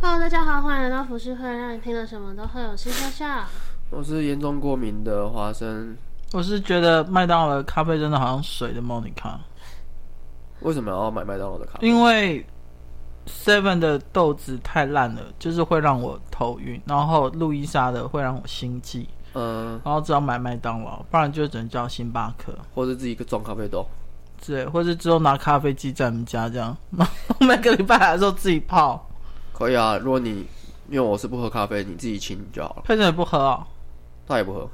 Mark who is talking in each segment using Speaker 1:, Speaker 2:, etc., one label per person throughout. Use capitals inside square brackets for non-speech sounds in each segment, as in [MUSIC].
Speaker 1: Hello，大家好，欢迎来到服饰会，让你听了什么都会有新笑笑。
Speaker 2: 我是严重过敏的华生，
Speaker 3: 我是觉得麦当劳的咖啡真的好像水的 Monica，
Speaker 2: 为什么要买麦当劳的咖啡？
Speaker 3: 因为 Seven 的豆子太烂了，就是会让我头晕，然后路易莎的会让我心悸，
Speaker 2: 嗯，
Speaker 3: 然后只好买麦当劳，不然就只能叫星巴克
Speaker 2: 或是自己装咖啡豆。
Speaker 3: 之类，或是之后拿咖啡机在我们家这样， [LAUGHS] 然后每个礼拜来的时候自己泡。
Speaker 2: 可以啊，如果你因为我是不喝咖啡，你自己请就好了。
Speaker 3: 佩珍也不喝哦，
Speaker 2: 他也不喝，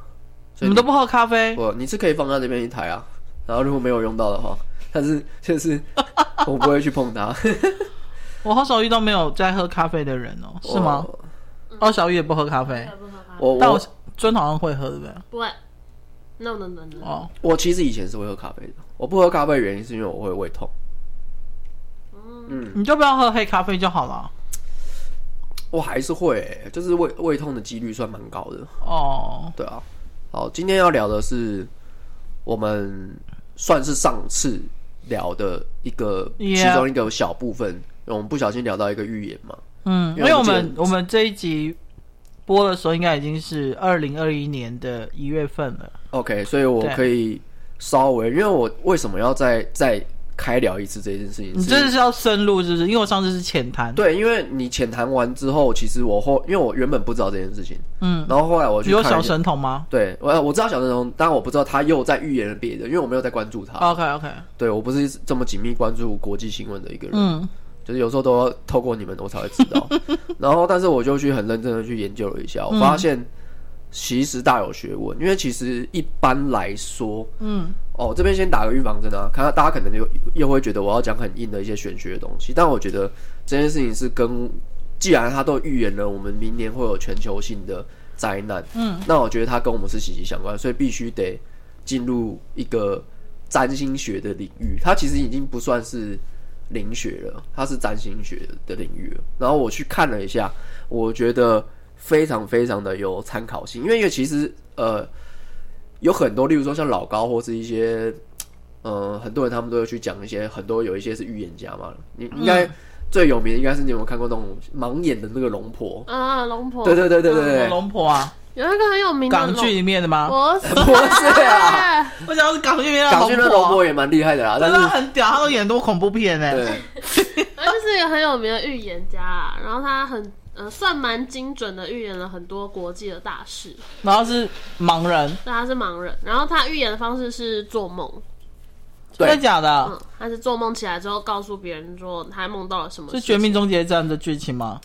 Speaker 3: 你们都不喝咖啡？
Speaker 2: 我你是可以放在那边一台啊，然后如果没有用到的话，但是就是
Speaker 3: [LAUGHS]
Speaker 2: 我不会去碰它，
Speaker 3: 我好少遇到没有在喝咖啡的人哦，是吗？哦，小玉也不喝咖啡，
Speaker 1: 不喝咖啡？
Speaker 2: 我？我
Speaker 3: 但我
Speaker 2: 我
Speaker 3: 尊好像会喝，对不对？
Speaker 1: 不会。No No No No。
Speaker 3: 哦，
Speaker 2: 我其实以前是会喝咖啡的，我不喝咖啡的原因是因为我会胃痛。
Speaker 3: 你就不要喝黑咖啡就好了。
Speaker 2: 我还是会欸、就是胃胃痛的几率算蛮高的。
Speaker 3: 哦，
Speaker 2: 对啊，好，今天要聊的是我们算是上次聊的一个
Speaker 3: Yeah
Speaker 2: 其中一个小部分，我们不小心聊到一个预言嘛。
Speaker 3: 嗯，
Speaker 2: 因
Speaker 3: 因
Speaker 2: 为
Speaker 3: 为
Speaker 2: 我
Speaker 3: 我
Speaker 2: 们
Speaker 3: 们我们这一集播的时候，应该已经是二零二一年的一月份了。
Speaker 2: OK，所以我
Speaker 3: 对
Speaker 2: 可以稍微，因为我为什么要再再开聊一次这件事情
Speaker 3: 你
Speaker 2: 是？
Speaker 3: 这是要深入，是不是？因为我上次是浅谈，
Speaker 2: 对，因为你浅谈完之后，其实我后，因为我原本不知道这件事情，
Speaker 3: 嗯，
Speaker 2: 然后后来我去
Speaker 3: 有
Speaker 2: 看
Speaker 3: 小
Speaker 2: 一下，
Speaker 3: 神童吗
Speaker 2: 对我我知道小神童，但我不知道他又在预言了别的，因为我没有在关注他，
Speaker 3: ？OK OK，
Speaker 2: 对我不是这么紧密关注国际新闻的一个人，
Speaker 3: 嗯，
Speaker 2: 就是有时候都要透过你们我才会知道。然后，但是我就去很认真的去研究了一下，我发现其实大有学问，因为其实一般来说，
Speaker 3: 嗯，
Speaker 2: 哦，这边先打个预防针啊，看大家可能又又会觉得我要讲很硬的一些玄学的东西，但我觉得这件事情是跟既然他都预言了我们明年会有全球性的灾难，嗯，那我觉得它跟我们是息息相关，所以必须得进入一个占星学的领域，它其实已经不算是灵学了，它是占星学的领域了。然后我去看了一下，我觉得非常非常的有参考性，因为因为其实呃有很多，例如说像老高或是一些呃很多人他们都会去讲一些很多有一些是预言家嘛，你应该。最有名的应该是你有没有看过那种盲眼的那个龙婆？
Speaker 1: 啊，龙婆。
Speaker 2: 对对对对对
Speaker 3: 什么
Speaker 2: 对，
Speaker 3: 龙婆啊，
Speaker 1: 有一个很有名的
Speaker 3: 港剧里面的吗？
Speaker 1: 龙。不
Speaker 2: 不是啊，
Speaker 1: 是。
Speaker 3: 我想要是港剧里面的
Speaker 2: 港剧那龙
Speaker 3: 龙
Speaker 2: 婆
Speaker 3: 婆，
Speaker 2: 也蛮厉害的啦，但
Speaker 3: 真的
Speaker 2: 是
Speaker 3: 很屌，他都演多恐怖片呢。
Speaker 2: 对，
Speaker 1: 他就是一个很有名的预言家啊，然后他很呃算蛮精准的预言了很多国际的大事。
Speaker 3: 然后是盲人，
Speaker 1: 但他是盲人，然后他预言的方式是做梦，
Speaker 3: 真
Speaker 2: 对
Speaker 3: 的假的？
Speaker 1: 嗯，他是做梦起来之后告诉别人说他梦到了什么
Speaker 3: 是
Speaker 1: 事
Speaker 3: 《
Speaker 1: 情。
Speaker 3: 绝命终结站》的剧情吗？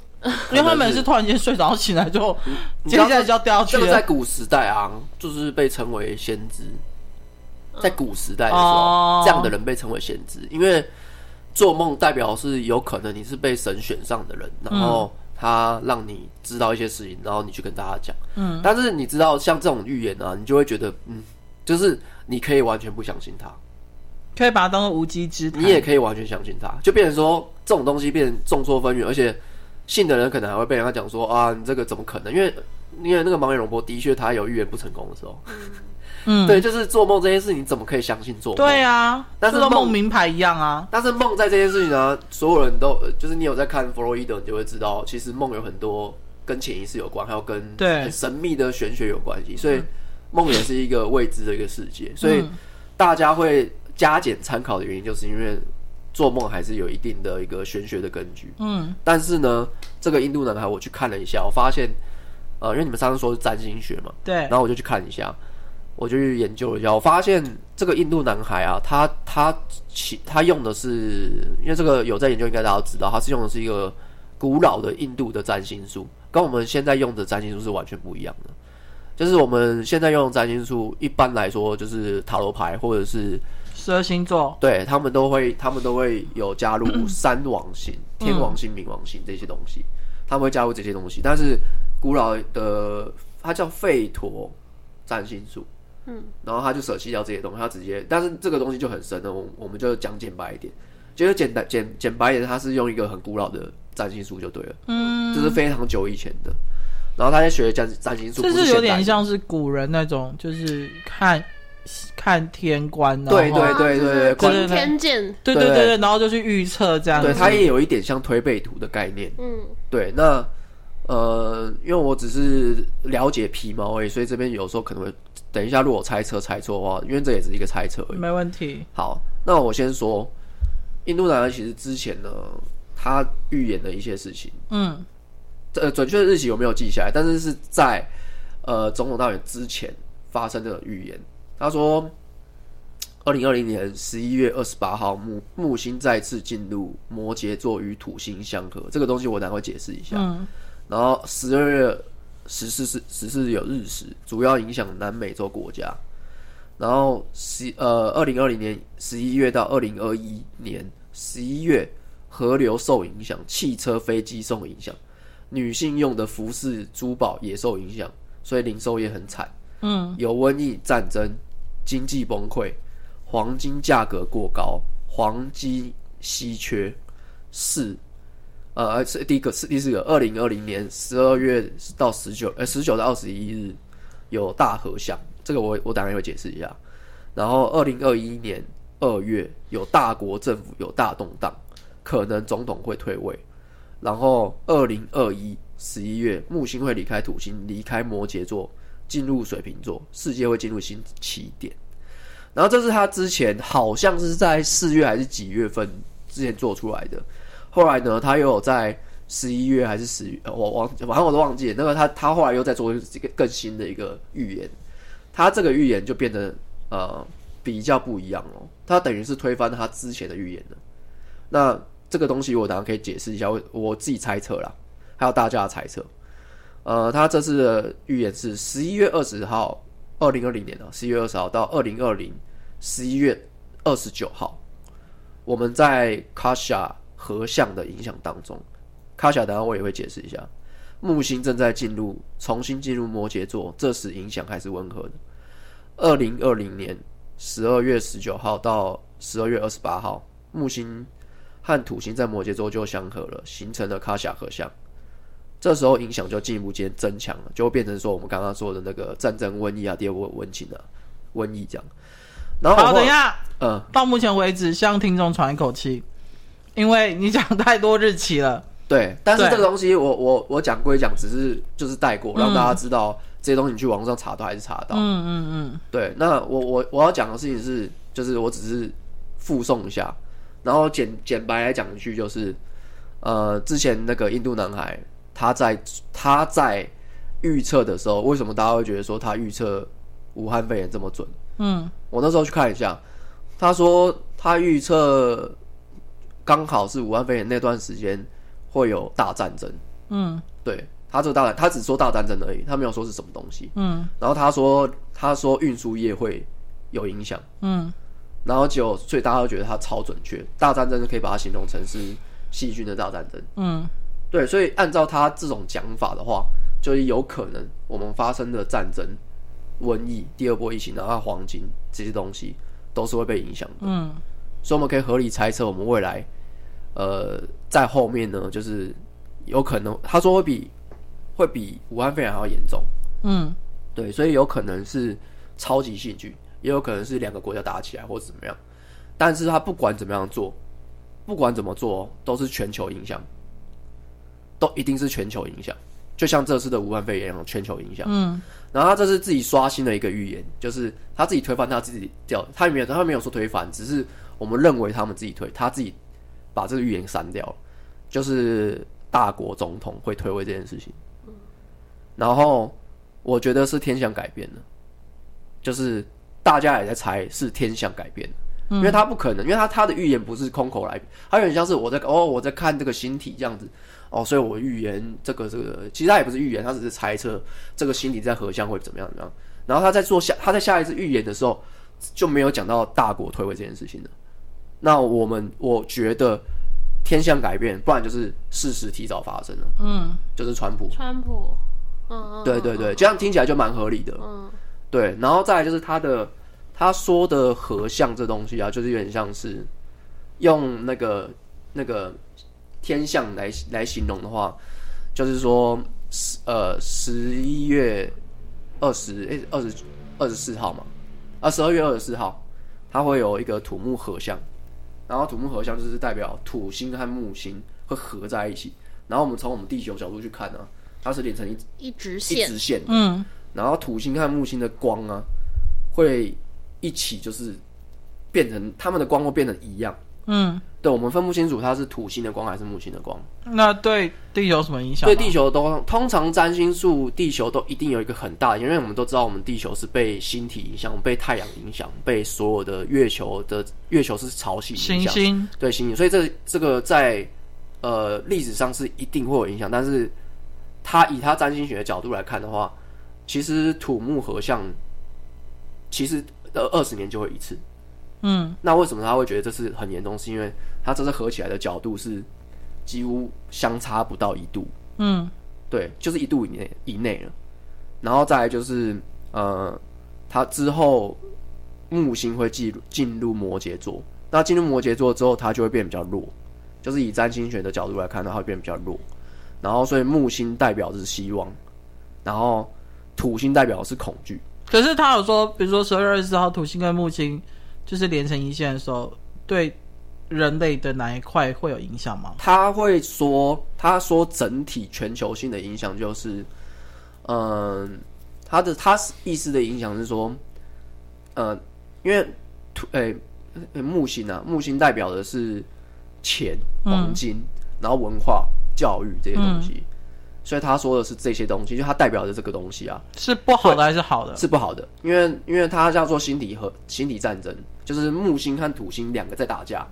Speaker 3: 因为他们是突然间睡着醒来就，
Speaker 2: 嗯你
Speaker 3: 接
Speaker 2: 知道
Speaker 3: 下来就要掉下
Speaker 2: 这
Speaker 3: 去
Speaker 2: 个在
Speaker 3: 了。
Speaker 2: 古时代啊，就是被称为先知。在古时代的时
Speaker 3: 哦
Speaker 2: 候，这样的人被称为先知，因为做梦代表是有可能你是被神选上的人，然后
Speaker 3: 嗯
Speaker 2: 他让你知道一些事情，然后你去跟大家讲。
Speaker 3: 嗯，
Speaker 2: 但是你知道，像这种预言啊，你就会觉得，嗯，就是你可以完全不相信他，
Speaker 3: 可以把它当做无稽之谈。
Speaker 2: 你也可以完全相信他，就变成说这种东西变成众说纷纭，而且信的人可能还会被人家讲说啊，你这个怎么可能？因为因为那个盲眼龙波的确他有预言不成功的时候，
Speaker 3: 嗯，
Speaker 2: 对，就是做梦这件事，你怎么可以相信做梦？
Speaker 3: 对啊，
Speaker 2: 但是
Speaker 3: 就跟
Speaker 2: 梦
Speaker 3: 梦名牌一样啊。
Speaker 2: 但是梦在这件事情呢、所有人都呃就是你有在看弗洛伊德，你就会知道，其实梦有很多跟潜意识有关，还有跟
Speaker 3: 对
Speaker 2: 很神秘的玄学有关系，所以梦也是一个未知的一个世界，所以大家会加减参考的原因，就是因为做梦还是有一定的一个玄学的根据。
Speaker 3: 嗯，
Speaker 2: 但是呢，这个印度男孩我去看了一下，我发现，呃，因为你们上次说是占星学嘛，
Speaker 3: 对
Speaker 2: 然，后我就去看一下，我就去研究了一下，我发现这个印度男孩啊，他他其他用的是，因为这个有在研究，应该大家都知道，他是用的是一个古老的印度的占星术，跟我们现在用的占星术是完全不一样的。就是我们现在用的占星术，一般来说就是塔罗牌或者是
Speaker 3: 十二星座，
Speaker 2: 对他们都会，他们都会有加入三王星、天王星、冥王星这些东西，他们会加入这些东西。但是古老的它叫吠陀占星术，嗯，然后他就舍弃掉这些东西，他直接，但是这个东西就很深了，我我们就讲简白一点，就是简单简简白一点，它是用一个很古老的占星术就对了，嗯，这是非常久以前的。然后他在学占占星术，
Speaker 3: 这
Speaker 2: 不是
Speaker 3: 是有
Speaker 2: 现代
Speaker 3: 点
Speaker 2: 的
Speaker 3: 像是古人那种，就是看看天官，然后
Speaker 2: 对对对对
Speaker 3: 对对
Speaker 1: 今天见，
Speaker 3: 对
Speaker 2: 对
Speaker 3: 对对对，然后就去预测这样子。
Speaker 2: 对，它也有一点像推背图的概念。
Speaker 1: 嗯，
Speaker 2: 对，那呃，因为我只是了解皮毛而已，所以这边有时候可能会等一下，如果我猜测猜错的话，因为这也只是一个猜测而已。
Speaker 3: 没问题。
Speaker 2: 好，那我先说，印度男孩其实之前呢，他预言的一些事情，
Speaker 3: 嗯，
Speaker 2: 呃，准确的日期有没有记下来？但是是在呃总统大选之前发生的预言。他说，二零二零年十一月二十八号，木木星再次进入摩羯座与土星相合，这个东西我等下会解释一下。
Speaker 3: 嗯，
Speaker 2: 然后十二月十四是十四有日食，主要影响南美洲国家。然后十呃二零二零年十一月到二零二一年十一月，河流受影响，汽车、飞机受影响，女性用的服饰、珠宝也受影响，所以零售业很惨。
Speaker 3: 嗯，
Speaker 2: 有瘟疫、战争、经济崩溃、黄金价格过高、黄金稀缺，四呃，是第一个是第四个，二零二零年十二月到十九，呃，十九到二十一日有大合相，这个我我当然会解释一下。然后二零二一年二月有大国政府有大动荡，可能总统会退位。然后二零二一十一月木星会离开土星，离开摩羯座，进入水瓶座，世界会进入新起点。然后这是他之前好像是在四月还是几月份之前做出来的，后来呢，他又有在十一月还是十月，呃我忘反正我都忘记了。那个他他后来又在做这个更新的一个预言，他这个预言就变得呃比较不一样哦，他等于是推翻他之前的预言了。那这个东西我当然可以解释一下，我我自己猜测啦，还有大家的猜测。呃，他这次的预言是十一月二十号，二零二零年啊，十一月二十号到二零二零十一月二十九号，我们在卡夏合相的影响当中，卡夏等下我也会解释一下。木星正在进入重新进入摩羯座，这时影响还是温和的。二零二零年十二月十九号到十二月二十八号，木星和土星在摩羯座就相合了，形成了卡夏合相。这时候影响就进一步间增强了，就会变成说我们刚刚说的那个战争、瘟疫啊、第二波瘟情啊、瘟疫这样。然后我
Speaker 3: 好，等一下，
Speaker 2: 嗯，
Speaker 3: 到目前为止向听众喘一口气，因为你讲太多日期了。
Speaker 2: 对，但是
Speaker 3: 对
Speaker 2: 这个东西我我我讲归讲，只是就是带过，让
Speaker 3: 嗯
Speaker 2: 大家知道这些东西你去网上查都还是查得到。
Speaker 3: 嗯嗯嗯，
Speaker 2: 对，那我我我要讲的事情是，就是我只是附送一下，然后简简白来讲一句，就是呃，之前那个印度男孩他在他在预测的时候，为什么大家会觉得说他预测武汉肺炎这么准？
Speaker 3: 嗯，
Speaker 2: 我那时候去看一下，他说他预测刚好是武汉肺炎那段时间会有大战争。
Speaker 3: 嗯
Speaker 2: 对他这个大战，他只说大战争而已，他没有说是什么东西。
Speaker 3: 嗯
Speaker 2: 然后他说他说运输业会有影响，
Speaker 3: 嗯，
Speaker 2: 然后就所以大家都觉得他超准确，大战争就可以把它形容成是细菌的大战争。
Speaker 3: 嗯
Speaker 2: 对，所以按照他这种讲法的话，就是有可能我们发生的战争、瘟疫、第二波疫情，然后黄金这些东西都是会被影响的。
Speaker 3: 嗯，
Speaker 2: 所以我们可以合理猜测，我们未来呃在后面呢，就是有可能他说会比会比武汉肺炎还要严重。
Speaker 3: 嗯，
Speaker 2: 对，所以有可能是超级细菌，也有可能是两个国家打起来或者怎么样。但是他不管怎么样做，不管怎么做，哦都是全球影响，都一定是全球影响。就像这次的武汉肺炎一样，全球影响。
Speaker 3: 嗯，
Speaker 2: 然后他这是自己刷新了一个预言，就是他自己推翻他自己掉，他也没有他没有说推翻，只是我们认为他们自己推，他自己把这个预言删掉了，就是大国总统会退位这件事情。然后我觉得是天象改变了，就是大家也在猜是天象改变了。因为他不可能，因为他他的预言不是空口来，他有点像是我在哦我在看这个形体这样子哦，所以我预言这个这个，其实他也不是预言，他只是猜测这个形体在合相会怎么样怎么样。然后他在做下他在下一次预言的时候就没有讲到大国退位这件事情了。那我们我觉得天象改变，不然就是事实提早发生了，
Speaker 3: 嗯，
Speaker 2: 就是川普
Speaker 1: 川普，嗯，嗯
Speaker 2: 对对，对，这样听起来就蛮合理的。
Speaker 1: 嗯
Speaker 2: 对，然后再来就是他的他说的合相这东西啊，就是有点像是用那个那个天象来来形容的话，就是说十呃十一月二十诶二十二十四号嘛，啊，十二月二十四号，它会有一个土木合相，然后土木合相就是代表土星和木星会合在一起，然后我们从我们地球角度去看呢、啊，它是连成一
Speaker 1: 一直
Speaker 2: 一
Speaker 1: 线，
Speaker 2: 直线，
Speaker 3: 嗯，
Speaker 2: 然后土星和木星的光啊，会一起就是变成它们的光会变成一样。
Speaker 3: 嗯，
Speaker 2: 对，我们分不清楚它是土星的光还是木星的光。
Speaker 3: 那对啊地球有什么影响
Speaker 2: 对
Speaker 3: 吗？
Speaker 2: 地球都通常占星术，地球都一定有一个很大的，因为我们都知道我们地球是被星体影响，被太阳影响，被所有的月球的月球是潮汐影
Speaker 3: 行
Speaker 2: 响，
Speaker 3: 星，
Speaker 2: 对星星，所以这这个在呃历史上是一定会有影响，但是它以它占星学的角度来看的话，其实土木合相其实呃二十年就会一次，
Speaker 3: 嗯，
Speaker 2: 那为什么他会觉得这次很严重？是因为他这次合起来的角度是几乎相差不到一度，
Speaker 3: 嗯，
Speaker 2: 对，就是一度以内以内了。然后再来就是呃，他之后木星会进入进入摩羯座，那进入摩羯座之后，它就会变比较弱，就是以占星学的角度来看，它会变比较弱。然后所以木星代表的是希望，然后土星代表的是恐惧。
Speaker 3: 可是他有说，比如说十二月二十四号土星跟木星就是连成一线的时候，对人类的哪一块会有影响吗？
Speaker 2: 他会说，他说整体全球性的影响就是，嗯，他的他意思的影响是说，呃，因为土诶、诶木星啊，木星代表的是钱、
Speaker 3: 嗯
Speaker 2: 黄金，然后文化、教育这些东西，所以他说的是这些东西，就他代表的这个东西啊，
Speaker 3: 是不好的还是好的？
Speaker 2: 是不好的，因为因为它叫做星体和星体战争，就是木星和土星两个在打架，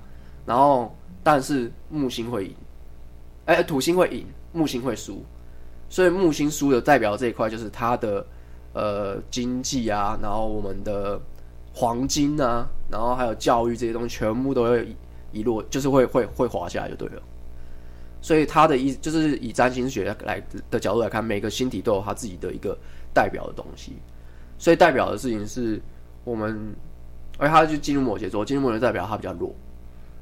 Speaker 2: 然后但是木星会赢，哎、土星会赢，木星会输，所以木星输的代表这一块就是它的呃经济啊，然后我们的黄金啊，然后还有教育这些东西全部都会一落，就是会会会滑下来就对了。所以他的意就是以占星学来的角度来看，每个星体都有它自己的一个代表的东西。所以代表的事情是我们，而他就进入摩羯座，进入摩羯代表他比较弱，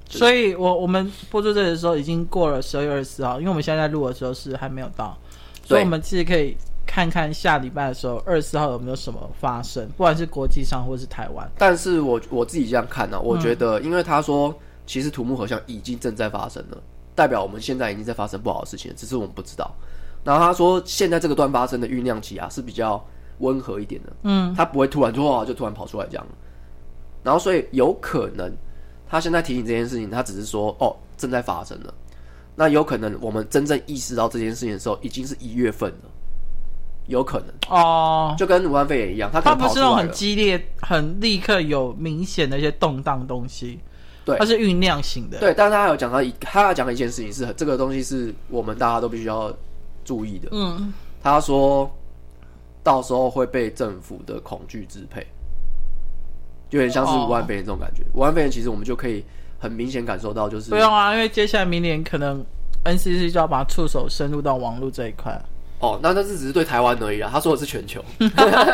Speaker 3: 所以我我们播出这里的时候已经过了十二月二十四号，因为我们现在在录的时候是还没有到，
Speaker 2: 对
Speaker 3: 所以我们其实可以看看下礼拜的时候二十四号有没有什么发生，不管是国际上或是台湾。
Speaker 2: 但是我我自己这样看
Speaker 3: 嗯
Speaker 2: 呢、我觉得，因为他说其实土木合相已经正在发生了，代表我们现在已经在发生不好的事情了，只是我们不知道。然后他说现在这个段发生的酝酿期啊是比较温和一点的，
Speaker 3: 嗯，
Speaker 2: 他不会突然说哦哇就突然跑出来这样。然后所以有可能他现在提醒这件事情，他只是说哦正在发生了。那有可能我们真正意识到这件事情的时候，已经是一月份了，有可能
Speaker 3: 哦，
Speaker 2: 就跟武汉肺炎一样，他可
Speaker 3: 它
Speaker 2: 能
Speaker 3: 不
Speaker 2: 跑
Speaker 3: 是
Speaker 2: 出
Speaker 3: 那种
Speaker 2: 来
Speaker 3: 很
Speaker 2: 了。
Speaker 3: 激烈、很立刻有明显的一些动荡东西，
Speaker 2: 对
Speaker 3: 它是酝酿型的。，
Speaker 2: 对，但是他有讲到一，他要讲的一件事情是很，这个东西是我们大家都必须要注意的。
Speaker 3: 嗯，
Speaker 2: 他说，到时候会被政府的恐惧支配，有点像是
Speaker 3: 哦
Speaker 2: 武汉肺炎这种感觉。武汉肺炎其实我们就可以很明显感受到，就是
Speaker 3: 不用啊，因为接下来明年可能 NCC 就要把触手深入到网络这一块。
Speaker 2: 哦，那那是只是对台湾而已啊啦。他说的是全
Speaker 3: [LAUGHS]
Speaker 2: 球，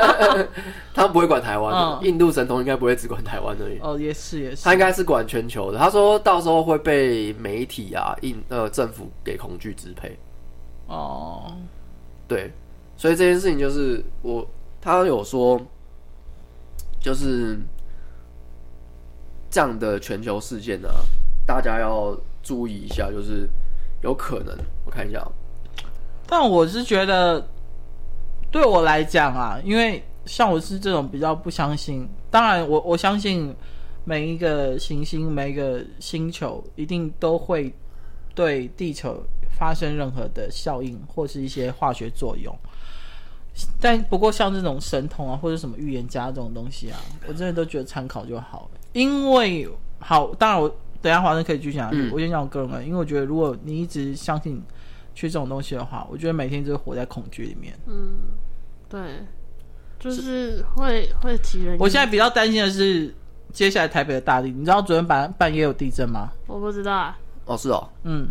Speaker 2: [LAUGHS] 他不会管台湾的。
Speaker 3: 嗯
Speaker 2: 印度神童应该不会只管台湾而已。
Speaker 3: 哦，也是也是
Speaker 2: 他，应该是管全球的。他说到时候会被媒体啊、印呃政府给恐惧支配。
Speaker 3: 哦，
Speaker 2: 对，所以这件事情就是我他有说，就是这样的全球事件呢、啊，大家要注意一下，就是有可能我看一下啊，
Speaker 3: 但我是觉得，对我来讲啊，因为像我是这种比较不相信，当然我我相信每一个行星、每一个星球一定都会对地球发生任何的效应或是一些化学作用。但不过像这种神童啊，或者什么预言家这种东西啊，我真的都觉得参考就好了。因为好，当然我等一下华生可以继续讲下去，我先讲我个人观点，因为我觉得如果你一直相信去这种东西的话，我觉得每天就是活在恐惧里面。
Speaker 1: 嗯，对，就是会会提人。
Speaker 3: 我现在比较担心的是接下来台北的大地，你知道昨天半半夜有地震吗？
Speaker 1: 我不知道啊，
Speaker 2: 哦是哦，
Speaker 3: 嗯，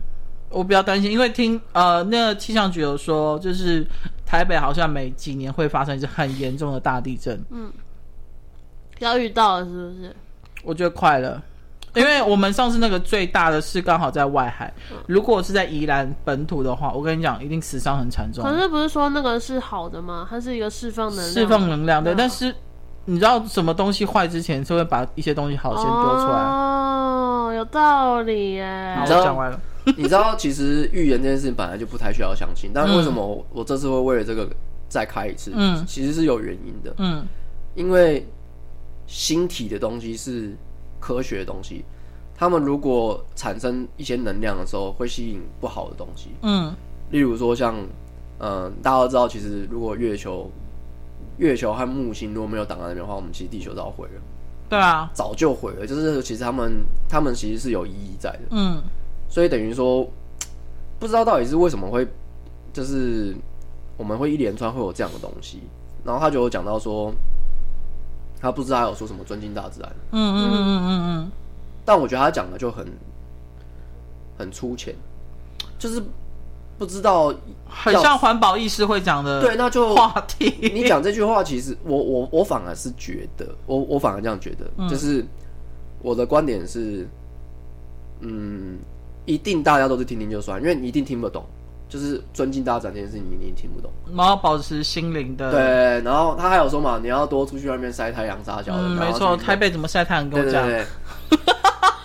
Speaker 3: 我比较担心，因为听呃那个气象局有说，就是台北好像每几年会发生一次很严重的大地震，
Speaker 1: 要遇到了是不是？
Speaker 3: 我觉得快了。因为我们上次那个最大的是刚好在外海，
Speaker 1: 嗯
Speaker 3: 如果是在宜兰本土的话，我跟你讲，一定死伤很惨重。
Speaker 1: 可是不是说那个是好的吗？它是一个释放能量，
Speaker 3: 释放能量，对，
Speaker 1: 嗯
Speaker 3: 但是你知道什么东西坏之前，是会把一些东西好先丢出来。
Speaker 1: 哦，有道理耶
Speaker 3: 好，。我
Speaker 2: 知道
Speaker 3: 讲完了。
Speaker 2: 你知道，其实预言这件事情本来就不太需要相信，但为什么我我这次会为了这个再开一次？
Speaker 3: 嗯
Speaker 2: 其实是有原因的，
Speaker 3: 嗯
Speaker 2: 因为星体的东西是科学的东西，它们如果产生一些能量的时候，会吸引不好的东西，
Speaker 3: 嗯
Speaker 2: 例如说像，嗯，大家都知道，其实如果月球、月球和木星如果没有挡在那边的话，我们其实地球早毁了，
Speaker 3: 对啊，
Speaker 2: 早就毁了。就是其实他们他们其实是有意义在的。
Speaker 3: 嗯
Speaker 2: 所以等于说，不知道到底是为什么会，就是我们会一连串会有这样的东西。然后他就有讲到说，他不知道他有说什么尊敬大自然，
Speaker 3: 嗯嗯嗯嗯嗯
Speaker 2: 但我觉得他讲的就很很粗浅，就是不知道
Speaker 3: 嗯，很像环保意识会讲的
Speaker 2: 对，那就
Speaker 3: 话题。
Speaker 2: 你讲这句话，其实我我我反而是觉得，我我反而这样觉得，
Speaker 3: 嗯
Speaker 2: 就是我的观点是，嗯，一定大家都是听听就算，因为你一定听不懂，就是尊敬大家讲这件事情，你一定听不懂。
Speaker 3: 然后保持心灵的。
Speaker 2: 对，然后他还有说嘛，你要多出去外面晒太阳、撒娇的，
Speaker 3: 嗯，
Speaker 2: 然后
Speaker 3: 没错，
Speaker 2: 去
Speaker 3: 台北怎么晒太阳？跟
Speaker 2: 对
Speaker 3: 我
Speaker 2: 对
Speaker 3: 讲，
Speaker 2: 对，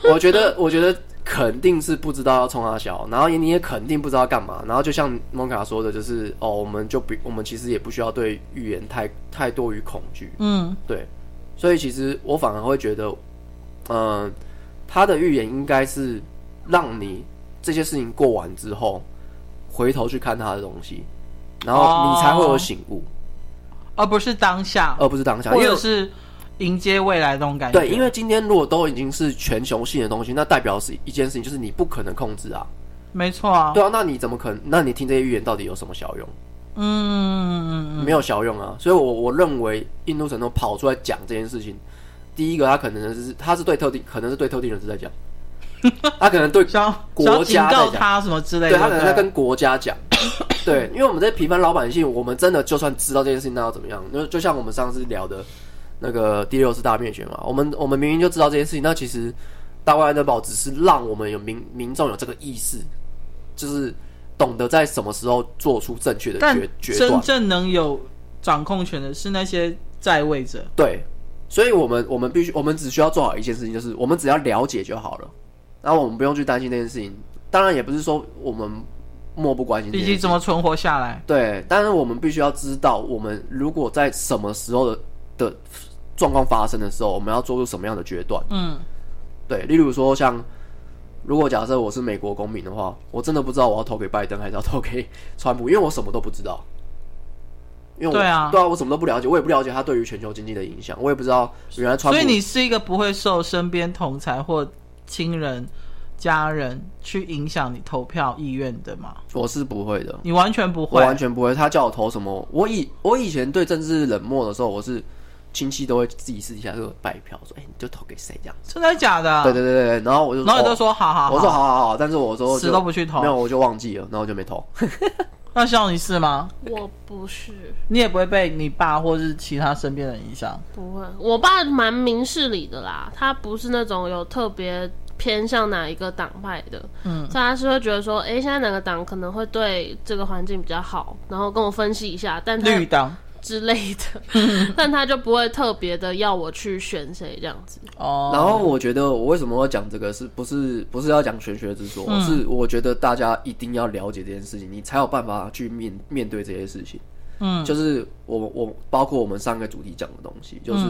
Speaker 2: 对我觉得我觉得肯定是不知道要冲他小，然后你也肯定不知道干嘛，然后就像蒙卡说的，就是哦，我们就不，我们其实也不需要对预言太太多于恐惧，
Speaker 3: 嗯
Speaker 2: 对，所以其实我反而会觉得，嗯、他的预言应该是让你这些事情过完之后，回头去看他的东西，然后你才会
Speaker 3: 哦
Speaker 2: 有醒悟，
Speaker 3: 而不是当下，
Speaker 2: 而不是当哦下，因
Speaker 3: 或
Speaker 2: 为
Speaker 3: 者是迎接未来那种感觉。
Speaker 2: 对，因为今天如果都已经是全球性的东西，那代表是一件事情，就是你不可能控制啊。
Speaker 3: 没错啊，
Speaker 2: 对啊，那你怎么可能？那你听这些预言到底有什么效用？
Speaker 3: 嗯嗯嗯嗯
Speaker 2: 没有效用啊。所以我，我认为印度神童跑出来讲这件事情，第一个他可能是他是对特定，可能是对特定人士在
Speaker 3: [LAUGHS]
Speaker 2: 讲，他可能对
Speaker 3: 嗯，想
Speaker 2: 国
Speaker 3: 想警
Speaker 2: 家在
Speaker 3: 告
Speaker 2: 讲
Speaker 3: 他什么之类
Speaker 2: 对
Speaker 3: 的，
Speaker 2: 他可能在
Speaker 3: 对
Speaker 2: 跟国家
Speaker 3: [LAUGHS]
Speaker 2: 讲。对，因为我们在平凡老百姓，我们真的就算知道这件事情，那要怎么样？就就像我们上次聊的那个第六次大灭绝嘛，我们我们明明就知道这件事情，那其实大卫安德堡只是让我们有民民众有这个意识，就是懂得在什么时候做出正确的
Speaker 3: 但
Speaker 2: 决决
Speaker 3: 真
Speaker 2: 断。
Speaker 3: 正能有掌控权的是那些在位者。
Speaker 2: 对，所以我们我们必须，我们只需要做好一件事情，就是我们只要了解就好了，然后我们不用去担心这件事情。当然，也不是说我们漠不关心这
Speaker 3: 以
Speaker 2: 件事
Speaker 3: 及
Speaker 2: 情
Speaker 3: 怎么存活下来。
Speaker 2: 对，但是我们必须要知道，我们如果在什么时候的的状况发生的时候，我们要做出什么样的决断。
Speaker 3: 嗯，
Speaker 2: 对，例如说像，如果假设我是美国公民的话，我真的不知道我要投给拜登还是要投给川普，因为我什么都不知道。因为我
Speaker 3: 对啊
Speaker 2: 对啊，我什么都不了解，我也不了解他对于全球经济的影响，我也不知道原来川普
Speaker 3: 所以你是一个不会受身边同才或亲人、家人去影响你投票意愿的嘛？
Speaker 2: 我是不会的，
Speaker 3: 你完全不
Speaker 2: 我
Speaker 3: 会。
Speaker 2: 完全不会。他叫我投什么，我以我以前对政治冷漠的时候，我是亲戚都会自己私底下就拜票，说哎、你就投给谁这样。
Speaker 3: 真的假的？
Speaker 2: 对对对对，对然后我就
Speaker 3: 啊然后你就
Speaker 2: 哦
Speaker 3: 说好好好，
Speaker 2: 我说好好好，但是我说
Speaker 3: 死
Speaker 2: 就
Speaker 3: 都不去投
Speaker 2: 没有我就忘记了，然后我就没投。
Speaker 3: 那像你是吗？
Speaker 1: 我不是，
Speaker 3: 你也不会被你爸或是其他身边人影响。
Speaker 1: 不会。我爸蛮明事理的啦，他不是那种有特别偏向哪一个党派的，
Speaker 3: 嗯
Speaker 1: 所以他是会觉得说，诶，现在哪个党可能会对这个环境比较好，然后跟我分析一下，但他
Speaker 3: 绿党
Speaker 1: 之类的，
Speaker 3: 嗯
Speaker 1: 但他就不会特别的要我去选谁这样子。
Speaker 3: 哦，
Speaker 2: 然后我觉得我为什么要讲这个，是不是不是要讲玄学之说？
Speaker 3: 嗯
Speaker 2: 是我觉得大家一定要了解这件事情，你才有办法去面面对这些事情。
Speaker 3: 嗯
Speaker 2: 就是我我包括我们上个主题讲的东西，就是。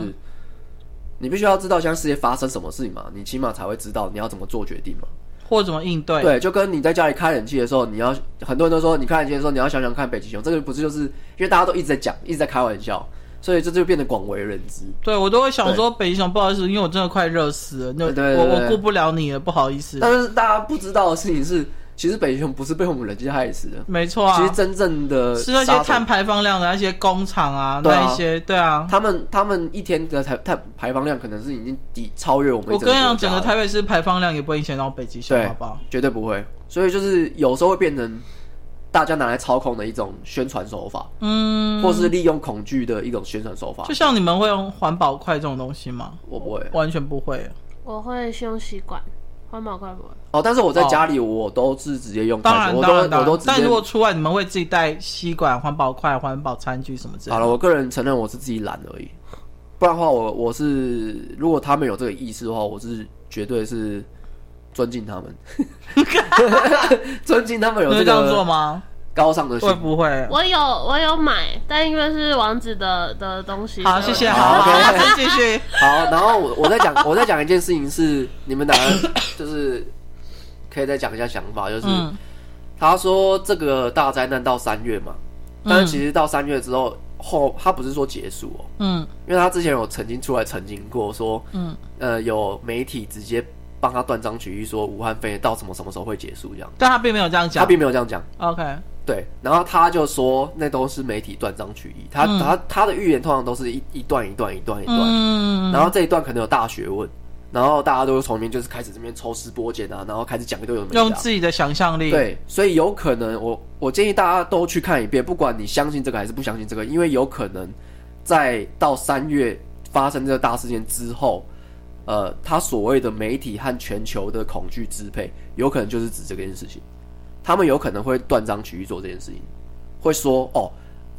Speaker 2: 你必须要知道现在世界发生什么事情嘛，你起码才会知道你要怎么做决定嘛。
Speaker 3: 或怎么应对？
Speaker 2: 对，就跟你在家里开冷气的时候，你要很多人都说你开冷气的时候你要想想看北极熊，这个不是就是因为大家都一直在讲，一直在开玩笑，所以这就变得广为人知。
Speaker 3: 对我都会想说北极熊，不好意思，因为我真的快热死了，那
Speaker 2: 对对对
Speaker 3: 我
Speaker 2: 对
Speaker 3: 我顾不了你了，不好意思。
Speaker 2: 但是大家不知道的事情是，其实北极熊不是被我们人类害死的，
Speaker 3: 没错啊，
Speaker 2: 其实真正的
Speaker 3: 是那些
Speaker 2: 杀手
Speaker 3: 碳，排放量的那些工厂啊，
Speaker 2: 对啊
Speaker 3: 那一些对啊。
Speaker 2: 他们他们一天的碳碳排放量可能是已经抵超越我们
Speaker 3: 我
Speaker 2: 一
Speaker 3: 跟你讲，
Speaker 2: 国家
Speaker 3: 整个
Speaker 2: 了
Speaker 3: 台北市排放量也不会影响到北极熊，
Speaker 2: 对
Speaker 3: 好不好？
Speaker 2: 绝对不会，所以就是有时候会变成大家拿来操控的一种宣传手法，
Speaker 3: 嗯，
Speaker 2: 或是利用恐惧的一种宣传手法
Speaker 3: 就。像你们会用环保筷这种东西吗？
Speaker 2: 我不会
Speaker 3: 完全不会。
Speaker 1: 我会是用吸管，环保快不会？
Speaker 2: 哦，但是我在
Speaker 3: 哦
Speaker 2: 家里我都是直接用筷
Speaker 3: 当
Speaker 2: 子，
Speaker 3: 然，
Speaker 2: 我
Speaker 3: 当然，
Speaker 2: 都我
Speaker 3: 当
Speaker 2: 都
Speaker 3: 然。
Speaker 2: 直
Speaker 3: 但
Speaker 2: 接
Speaker 3: 如果出外，你们会自己带吸管、环保筷、环保餐具什么之类
Speaker 2: 好
Speaker 3: 的。
Speaker 2: 了，我个人承认我是自己懒而已，不不然的话我，我是如果他们有这个意识的话，我是绝对是尊敬他
Speaker 3: [LAUGHS]
Speaker 2: 们，尊敬他们有
Speaker 3: 你
Speaker 2: 这
Speaker 3: 会这样做
Speaker 2: 个
Speaker 3: 吗？
Speaker 2: 高尚的心
Speaker 3: 会。不会？
Speaker 1: 我有我有买，但因为是王子的的东西，
Speaker 3: 好，谢谢，
Speaker 1: 所以
Speaker 3: 好，
Speaker 2: 好
Speaker 3: 好，
Speaker 2: ，OK
Speaker 3: 那继续。
Speaker 2: 好，然后我我再讲，我再讲一件事情是，你们俩就是可以再讲一下想法，就是、
Speaker 3: 嗯
Speaker 2: 他说这个大灾难到三月嘛，但是其实到三月之后后，他不是说结束哦，
Speaker 3: 嗯
Speaker 2: 因为他之前有曾经出来澄清过说，
Speaker 3: 嗯，
Speaker 2: 呃，有媒体直接帮他断章取义说武汉肺炎到什么什么时候会结束这样，
Speaker 3: 但他并没有这样
Speaker 2: 他
Speaker 3: 讲。
Speaker 2: 并没有这样讲。
Speaker 3: OK，
Speaker 2: 对，然后他就说那都是媒体断章取义，他、
Speaker 3: 嗯
Speaker 2: 他他的预言通常都是一一段一段一段一段，
Speaker 3: 嗯，
Speaker 2: 然后这一段可能有大学问，然后大家都从里面就是开始这边抽丝剥茧啊，然后开始讲一堆有的没的啊、
Speaker 3: 用自己的想象力。，
Speaker 2: 对，所以有可能我我建议大家都去看一遍，不管你相信这个还是不相信这个，因为有可能在到三月发生这个大事件之后，呃，他所谓的媒体和全球的恐惧支配，有可能就是指这件事情，他们有可能会断章取义做这件事情，会说哦，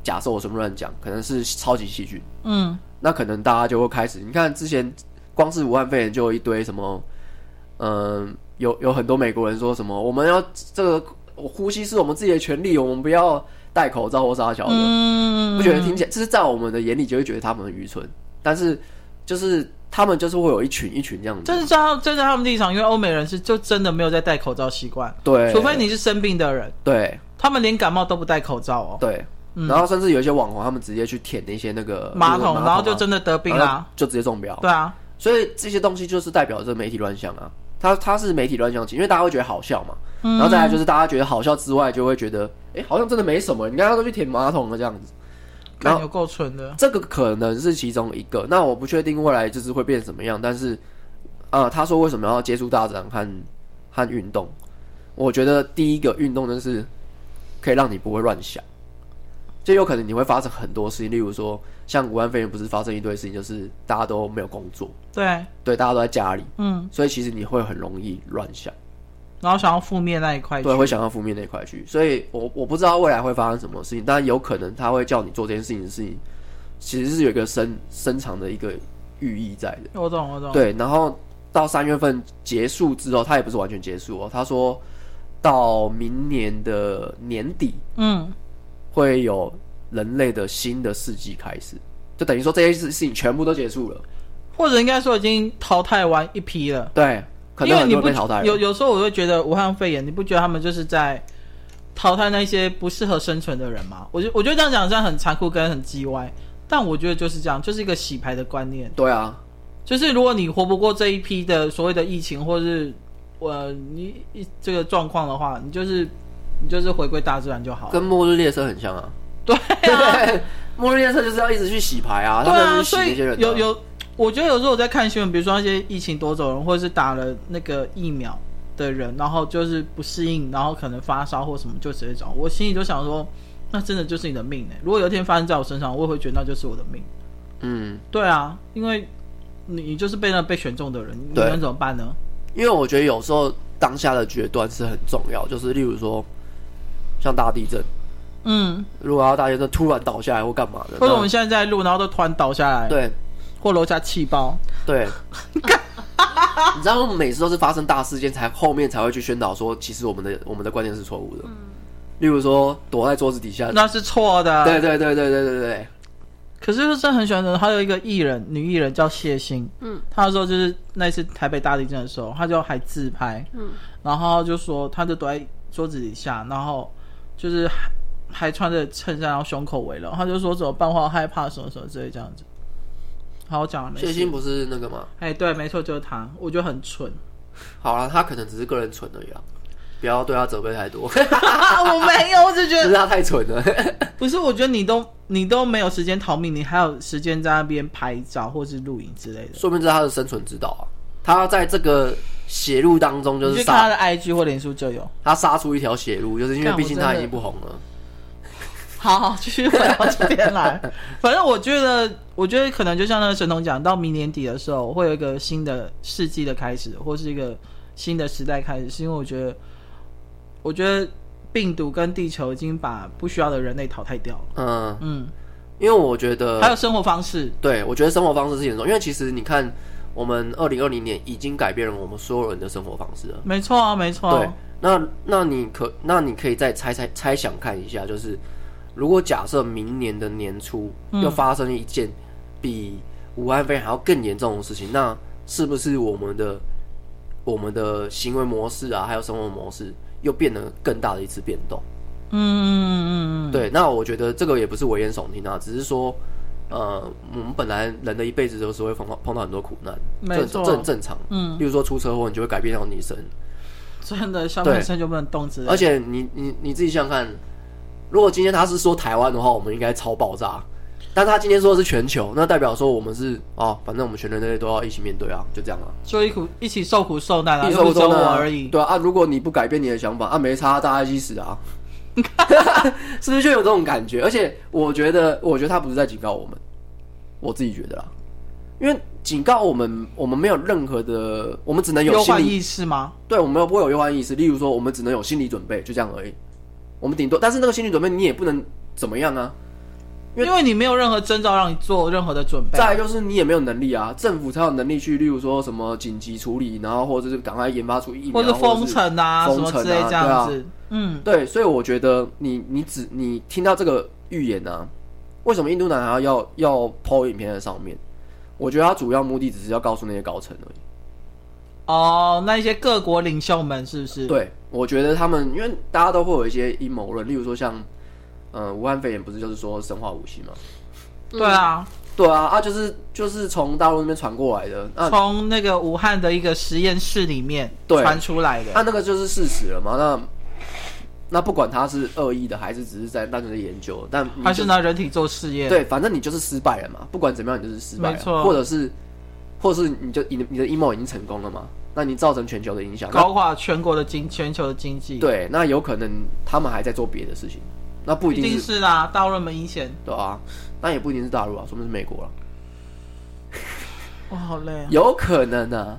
Speaker 2: 假设我什么乱讲，可能是超级细菌，
Speaker 3: 嗯
Speaker 2: 那可能大家就会开始，你看之前光是武汉肺炎就有一堆什么，嗯、有有很多美国人说什么我们要这个我呼吸是我们自己的权利，我们不要戴口罩或杀小的，
Speaker 3: 嗯，
Speaker 2: 不觉得听起来，就是在我们的眼里就会觉得他们很愚蠢，但是就是他们就是会有一群一群这样子
Speaker 3: 这，是站站在他们立场，因为欧美人是就真的没有在戴口罩习惯，
Speaker 2: 对，
Speaker 3: 除非你是生病的人，
Speaker 2: 对
Speaker 3: 他们连感冒都不戴口罩哦，
Speaker 2: 对，然后甚至有一些网红他们直接去舔那些那个
Speaker 3: 马
Speaker 2: 路
Speaker 3: 桶，
Speaker 2: 人
Speaker 3: 然后就
Speaker 2: 啊
Speaker 3: 真的得病
Speaker 2: 然后
Speaker 3: 啦。
Speaker 2: 就直接中标，
Speaker 3: 对啊，
Speaker 2: 所以这些东西就是代表着媒体乱象啊。它它是媒体乱象，因为大家会觉得好笑嘛，然
Speaker 3: 嗯
Speaker 2: 后再来就是大家觉得好笑之外，就会觉得哎、诶好像真的没什么，你看他都去舔马桶了这样子。然
Speaker 3: 看
Speaker 2: 后
Speaker 3: 有够蠢的。
Speaker 2: 这个可能是其中一个，那我不确定未来就是会变什么样，但是啊、呃他说为什么要接触大自然和和运动？我觉得第一个运动就是可以让你不会乱想，就有可能你会发生很多事情，例如说像武汉肺炎不是发生一堆事情，就是大家都没有工作，
Speaker 3: 对，
Speaker 2: 对，大家都在家里。
Speaker 3: 嗯，
Speaker 2: 所以其实你会很容易乱想，
Speaker 3: 然后想要负面那一块去
Speaker 2: 对，，会想到负面那一块去。所以我我不知道未来会发生什么事情，但有可能他会叫你做这件事情的事情，其实是有一个深深长的一个寓意在的。
Speaker 3: 我懂我懂。
Speaker 2: 对，然后到三月份结束之后，他也不是完全结束哦，他说到明年的年底
Speaker 3: 嗯，
Speaker 2: 会有人类的新的世纪开始，就等于说这些事事情全部都结束了，
Speaker 3: 或者应该说已经淘汰完一批了。
Speaker 2: 对，可
Speaker 3: 因
Speaker 2: 能
Speaker 3: 为
Speaker 2: 很
Speaker 3: 你
Speaker 2: 多
Speaker 3: 不
Speaker 2: 人被淘汰
Speaker 3: 有
Speaker 2: 了。
Speaker 3: 有时候我会觉得武汉肺炎，你不觉得他们就是在淘汰那些不适合生存的人吗？我觉我觉得这样讲这样很残酷跟很叽歪，但我觉得就是这样，就是一个洗牌的观念。
Speaker 2: 对啊，
Speaker 3: 就是如果你活不过这一批的所谓的疫情，或是呃你一这个状况的话，你就是你就是回归大自然就好了。
Speaker 2: 跟末日列车很像啊。
Speaker 3: 对啊，
Speaker 2: 对，末日列车就是要一直去洗牌啊，
Speaker 3: 对
Speaker 2: 他们
Speaker 3: 啊，
Speaker 2: 要去洗
Speaker 3: 所
Speaker 2: 那
Speaker 3: 以
Speaker 2: 些人啊、
Speaker 3: 有有，我觉得有时候我在看新闻，比如说那些疫情夺走人，或者是打了那个疫苗的人，然后就是不适应，然后可能发烧或什么就直接找我，我心里就想说，那真的就是你的命欸呢、如果有一天发生在我身上，我也会觉得那就是我的命。
Speaker 2: 嗯，
Speaker 3: 对啊，因为你你就是被那被选中的人，你
Speaker 2: 对
Speaker 3: 能怎么办呢？
Speaker 2: 因为我觉得有时候当下的决断是很重要，就是例如说像大地震，
Speaker 3: 嗯，
Speaker 2: 如果要大地震突然倒下来或干嘛的，
Speaker 3: 或者我们
Speaker 2: 那
Speaker 3: 现在在录，然后都突然倒下来，，
Speaker 2: 对
Speaker 3: 或楼下气爆，
Speaker 2: 对。你知道，我们每次都是发生大事件才后面才会去宣导说，其实我们的我们的观念是错误的。例如说，躲在桌子底下，
Speaker 3: 那是错的。
Speaker 2: 呃
Speaker 3: 啊
Speaker 2: 对，对对对对对对，
Speaker 3: 可是就是真的很喜欢的，还有一个艺人，女艺人叫谢欣，
Speaker 1: 嗯，
Speaker 3: 她说就是那次台北大地震的时候，她就还自拍，
Speaker 1: 嗯，
Speaker 3: 然后就说她就躲在桌子底下，然后就是还还穿着衬衫，然后胸口围了，她就说怎么办，我好害怕什么什么之类这样子。好，我讲了，没事
Speaker 2: 谢欣，不是那个吗？
Speaker 3: 哎，对，没错，就是她，我觉得
Speaker 2: [LAUGHS]
Speaker 3: 很蠢，
Speaker 2: 好了，他可能只是个人蠢而已啦，啊不要对他责备太多， [LAUGHS]
Speaker 3: 啊我没有，我只觉
Speaker 2: 只
Speaker 3: 得
Speaker 2: 是他太蠢了。 [LAUGHS]
Speaker 3: 不是，我觉得你都你都没有时间逃命，你还有时间在那边拍照或是录影之类的。
Speaker 2: 说明这是他的生存之道啊。他在这个血路当中，就
Speaker 3: 你
Speaker 2: 是
Speaker 3: 去看
Speaker 2: 杀
Speaker 3: 他的 IG 或脸书就有。
Speaker 2: 他杀出一条血路，就是因为
Speaker 3: 干
Speaker 2: 毕竟
Speaker 3: 我真的
Speaker 2: 他已经不红
Speaker 3: [LAUGHS]
Speaker 2: 了。
Speaker 3: 好 [LAUGHS] 好，继续回到这边来。反正我觉得，我觉得可能就像那个神童讲，到明年底的时候，会有一个新的世纪的开始，或是一个新的时代开始，是因为我觉得，我觉得病毒跟地球已经把不需要的人类淘汰掉了。
Speaker 2: 嗯，
Speaker 3: 嗯，
Speaker 2: 因因为我觉得
Speaker 3: 还有生活方式，
Speaker 2: 对，我觉得生活方式是严重，因为其实你看，我们二零二零年已经改变了我们所有人的生活方式了。
Speaker 3: 没错啊，没错啊、
Speaker 2: 对，那那你可那你可以再猜猜猜想看一下，就是如果假设明年的年初
Speaker 3: 嗯
Speaker 2: 又发生一件比武汉肺炎还要更严重的事情，那是不是我们的我们的行为模式啊，还有生活模式又变得更大的一次变动？
Speaker 3: 嗯嗯嗯嗯，嗯，
Speaker 2: 对，那我觉得这个也不是危言耸听啊，只是说，呃，我们本来人的一辈子都是会碰到碰到很多苦难，
Speaker 3: 没
Speaker 2: 这
Speaker 3: 错
Speaker 2: 这很正常。
Speaker 3: 嗯，
Speaker 2: 例如说出车祸，你就会改变到你一生，
Speaker 3: 真的下半身就不能动之类的，
Speaker 2: 而且你你你自己想想看，如果今天他是说台湾的话，我们应该超爆炸。但他今天说的是全球，那代表说我们是哦，反正我们全人类都要一起面对啊，就这样啊。
Speaker 3: 就一苦一起受苦受难啊，
Speaker 2: 一
Speaker 3: 又
Speaker 2: 手
Speaker 3: 不
Speaker 2: 中
Speaker 3: 走
Speaker 2: 的
Speaker 3: 我而已。
Speaker 2: 对啊，啊如果你不改变你的想法，啊，没差，大家一起死
Speaker 3: [LAUGHS]
Speaker 2: 啊，是不是就有这种感觉？而且我觉得，我觉得他不是在警告我们，我自己觉得啦，啊因为警告我们，我们没有任何的，我们只能有
Speaker 3: 忧
Speaker 2: 心
Speaker 3: 患
Speaker 2: 理，
Speaker 3: 意识吗？
Speaker 2: 对，我们又不会有忧患意识。例如说，我们只能有心理准备，就这样而已。我们顶多，但是那个心理准备你也不能怎么样啊。因为
Speaker 3: 因为你没有任何征兆让你做任何的准备。
Speaker 2: 再来就是你也没有能力啊，政府才有能力去，例如说什么紧急处理，然后或者是赶快研发出疫苗，或
Speaker 3: 或者
Speaker 2: 者
Speaker 3: 封城啊
Speaker 2: 封
Speaker 3: 什么
Speaker 2: 城
Speaker 3: 之类
Speaker 2: 啊
Speaker 3: 这样
Speaker 2: 对
Speaker 3: 子。嗯，
Speaker 2: 对，所以我觉得你你只你听到这个预言啊，为什么印度男孩要要抛影片在上面？我觉得他主要目的只是要告诉那些高层而已。
Speaker 3: 哦，那一些各国领袖们是不是？，
Speaker 2: 对，我觉得他们因为大家都会有一些阴谋论，例如说像呃武汉肺炎不是就是说生化武器嘛？
Speaker 3: 对啊，
Speaker 2: 对啊，啊就是就是从大陆那边传过来的，那、
Speaker 3: 从那个武汉的一个实验室里面
Speaker 2: 嗯对
Speaker 3: 传出来的。
Speaker 2: 啊那那个就是事实了嘛？那那不管他是恶意的还是只是在单纯的研究，但你
Speaker 3: 还
Speaker 2: 就是
Speaker 3: 拿人体做试验？，
Speaker 2: 嗯对，反正你就是失败了嘛，不管怎么样，你就是失败
Speaker 3: 没
Speaker 2: 了，
Speaker 3: 错啊
Speaker 2: 或者是，或者是你就你的你的阴谋已经成功了嘛，那你造成全球的影响，那
Speaker 3: 搞垮全国的经全球的经济。，
Speaker 2: 对，那有可能他们还在做别的事情，那不一
Speaker 3: 一
Speaker 2: 定
Speaker 3: 定
Speaker 2: 是
Speaker 3: 是啦，大陆人以前。
Speaker 2: 对啊，那也不一定是大陆啊，说明是美国了，
Speaker 3: 哇，好累啊！
Speaker 2: 有可能啊。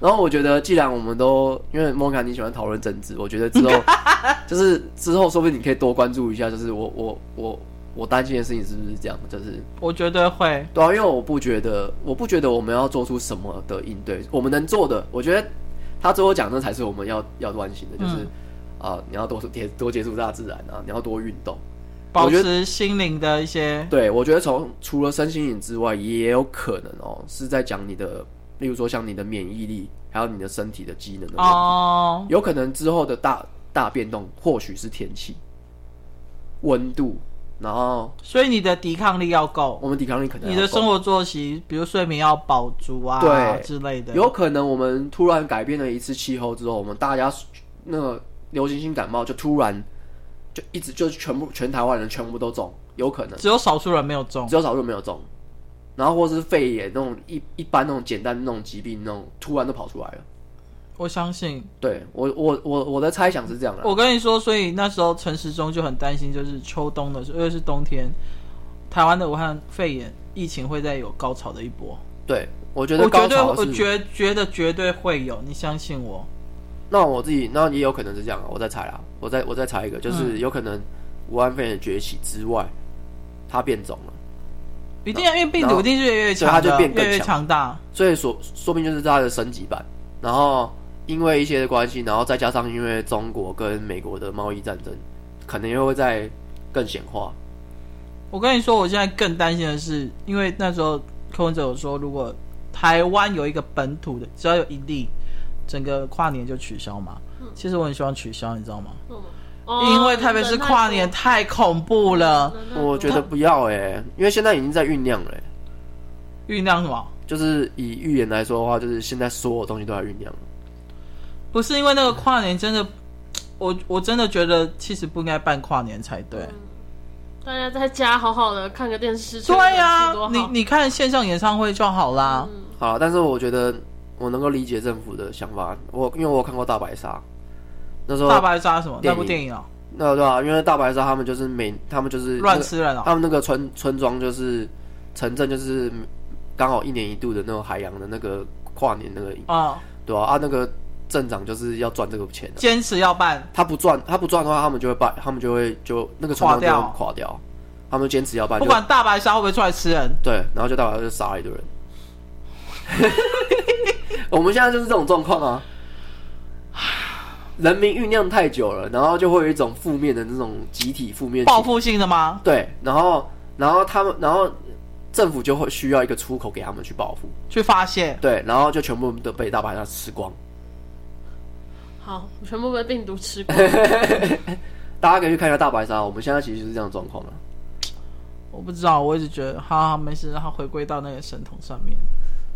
Speaker 2: 然后我觉得，既然我们都因为莫卡你喜欢讨论政治，我觉得之后就是之后，说不定你可以多关注一下，就是我我我我担心的事情是不是这样，就是
Speaker 3: 我觉得会，
Speaker 2: 对啊，因为我不觉得，我不觉得我们要做出什么的应对，我们能做的，我觉得他最后讲的才是我们要要关心的，就是啊、你要多接多接触大自然啊，你要多运动。
Speaker 3: 保
Speaker 2: 我觉
Speaker 3: 持心灵的一些
Speaker 2: 对，我觉得从除了身心灵之外，也有可能哦，是在讲你的，例如说像你的免疫力，还有你的身体的机能的问题
Speaker 3: 哦，
Speaker 2: 有可能之后的大大变动，或许是天气、温度，然后
Speaker 3: 所以你的抵抗力要够。
Speaker 2: 我们抵抗力可能
Speaker 3: 你
Speaker 2: 要
Speaker 3: 的
Speaker 2: 够
Speaker 3: 生活作息，比如睡眠要饱足啊，
Speaker 2: 对
Speaker 3: 之类的，
Speaker 2: 有可能我们突然改变了一次气候之后，我们大家那个流行性感冒就突然就一直就是全部全台湾人全部都中，有可能
Speaker 3: 只有少数人没有中。
Speaker 2: 只有少数没有中，然后或是肺炎那种一一般那种简单的那种疾病那种突然都跑出来了。
Speaker 3: 我相信，
Speaker 2: 对我我我我的猜想是这样的，
Speaker 3: 我跟你说，所以那时候陈时中就很担心，就是秋冬的时候，尤其是冬天，台湾的武汉肺炎疫情会再有高潮的一波。
Speaker 2: 对我觉得
Speaker 3: 我
Speaker 2: 高
Speaker 3: 绝对，
Speaker 2: 潮
Speaker 3: 我
Speaker 2: 是，
Speaker 3: 觉觉得绝对会有，你相信我。
Speaker 2: 那我自己那也有可能是这样啊，我再猜啦，我再我再猜一
Speaker 3: 嗯
Speaker 2: 个，就是有可能武汉肺炎的崛起之外，它变种了。
Speaker 3: 一定要，因为病
Speaker 2: 然
Speaker 3: 毒
Speaker 2: 后
Speaker 3: 一定是越来越
Speaker 2: 所
Speaker 3: 强
Speaker 2: 以它
Speaker 3: 的，
Speaker 2: 就变
Speaker 3: 越
Speaker 2: 更
Speaker 3: 来越
Speaker 2: 强
Speaker 3: 强大。
Speaker 2: 所以说说明就是它的升级版，然后因为一些的关系，然后再加上因为中国跟美国的贸易战争，可能又会再更显化。
Speaker 3: 我跟你说，我现在更担心的是，因为那时候柯文哲有说，如果台湾有一个本土的，只要有一例，整个跨年就取消嘛。其实我很希望取消，你知道吗？
Speaker 1: 嗯哦嗯
Speaker 3: 因为特别是跨年太恐怖了，
Speaker 1: 人太多
Speaker 2: 我觉得不要哎、因为现在已经在酝酿了欸、
Speaker 3: 酝酿什么？
Speaker 2: 就是以预言来说的话，就是现在所有东西都在酝酿。
Speaker 3: 不是因为那个跨年真的，我我真的觉得其实不应该办跨年才对。
Speaker 1: 嗯大家在家好好的看个电视，吹
Speaker 3: 对
Speaker 1: 个冷气
Speaker 3: 呀、
Speaker 1: 多好嗯
Speaker 3: 你你看线上演唱会就好啦。
Speaker 2: 好啦，但是我觉得我能够理解政府的想法，我因为我有看过大白鲨，那时候
Speaker 3: 大白鲨什么
Speaker 2: 电
Speaker 3: 那
Speaker 2: 影
Speaker 3: 部电影啊，
Speaker 2: 那对啊，因为大白鲨他们就是每他们就是
Speaker 3: 乱吃人啊。
Speaker 2: 他们那个村村庄就是城镇，就是刚好一年一度的那种海洋的那个跨年那个，
Speaker 3: 啊，
Speaker 2: 对吧、啊？那个镇长就是要赚这个钱、啊，
Speaker 3: 坚持要办，
Speaker 2: 他不赚，他不赚的话，他们就会把他们就会就那个村庄就
Speaker 3: 垮掉
Speaker 2: 会垮掉。他们坚持要办，啊
Speaker 3: 不
Speaker 2: 就
Speaker 3: 管大白鲨会不会出来吃人，
Speaker 2: 对，然后就大白就杀了一堆人。 [LAUGHS] 我们现在就是这种状况啊，人民酝酿太久了，然后就会有一种负面的那种集体负面情
Speaker 3: 报复性的吗？
Speaker 2: 对，然后然后他们然后政府就会需要一个出口给他们去报复，
Speaker 3: 去发泄，
Speaker 2: 对，然后就全部都被大白鲨吃光。
Speaker 1: 好，全部被病毒吃光。
Speaker 2: 大家可以去看一下大白鲨，我们现在其实就是这样的状况了。啊
Speaker 3: 我不知道，我一直觉得，哈，没事，让它回归到那个神童上面。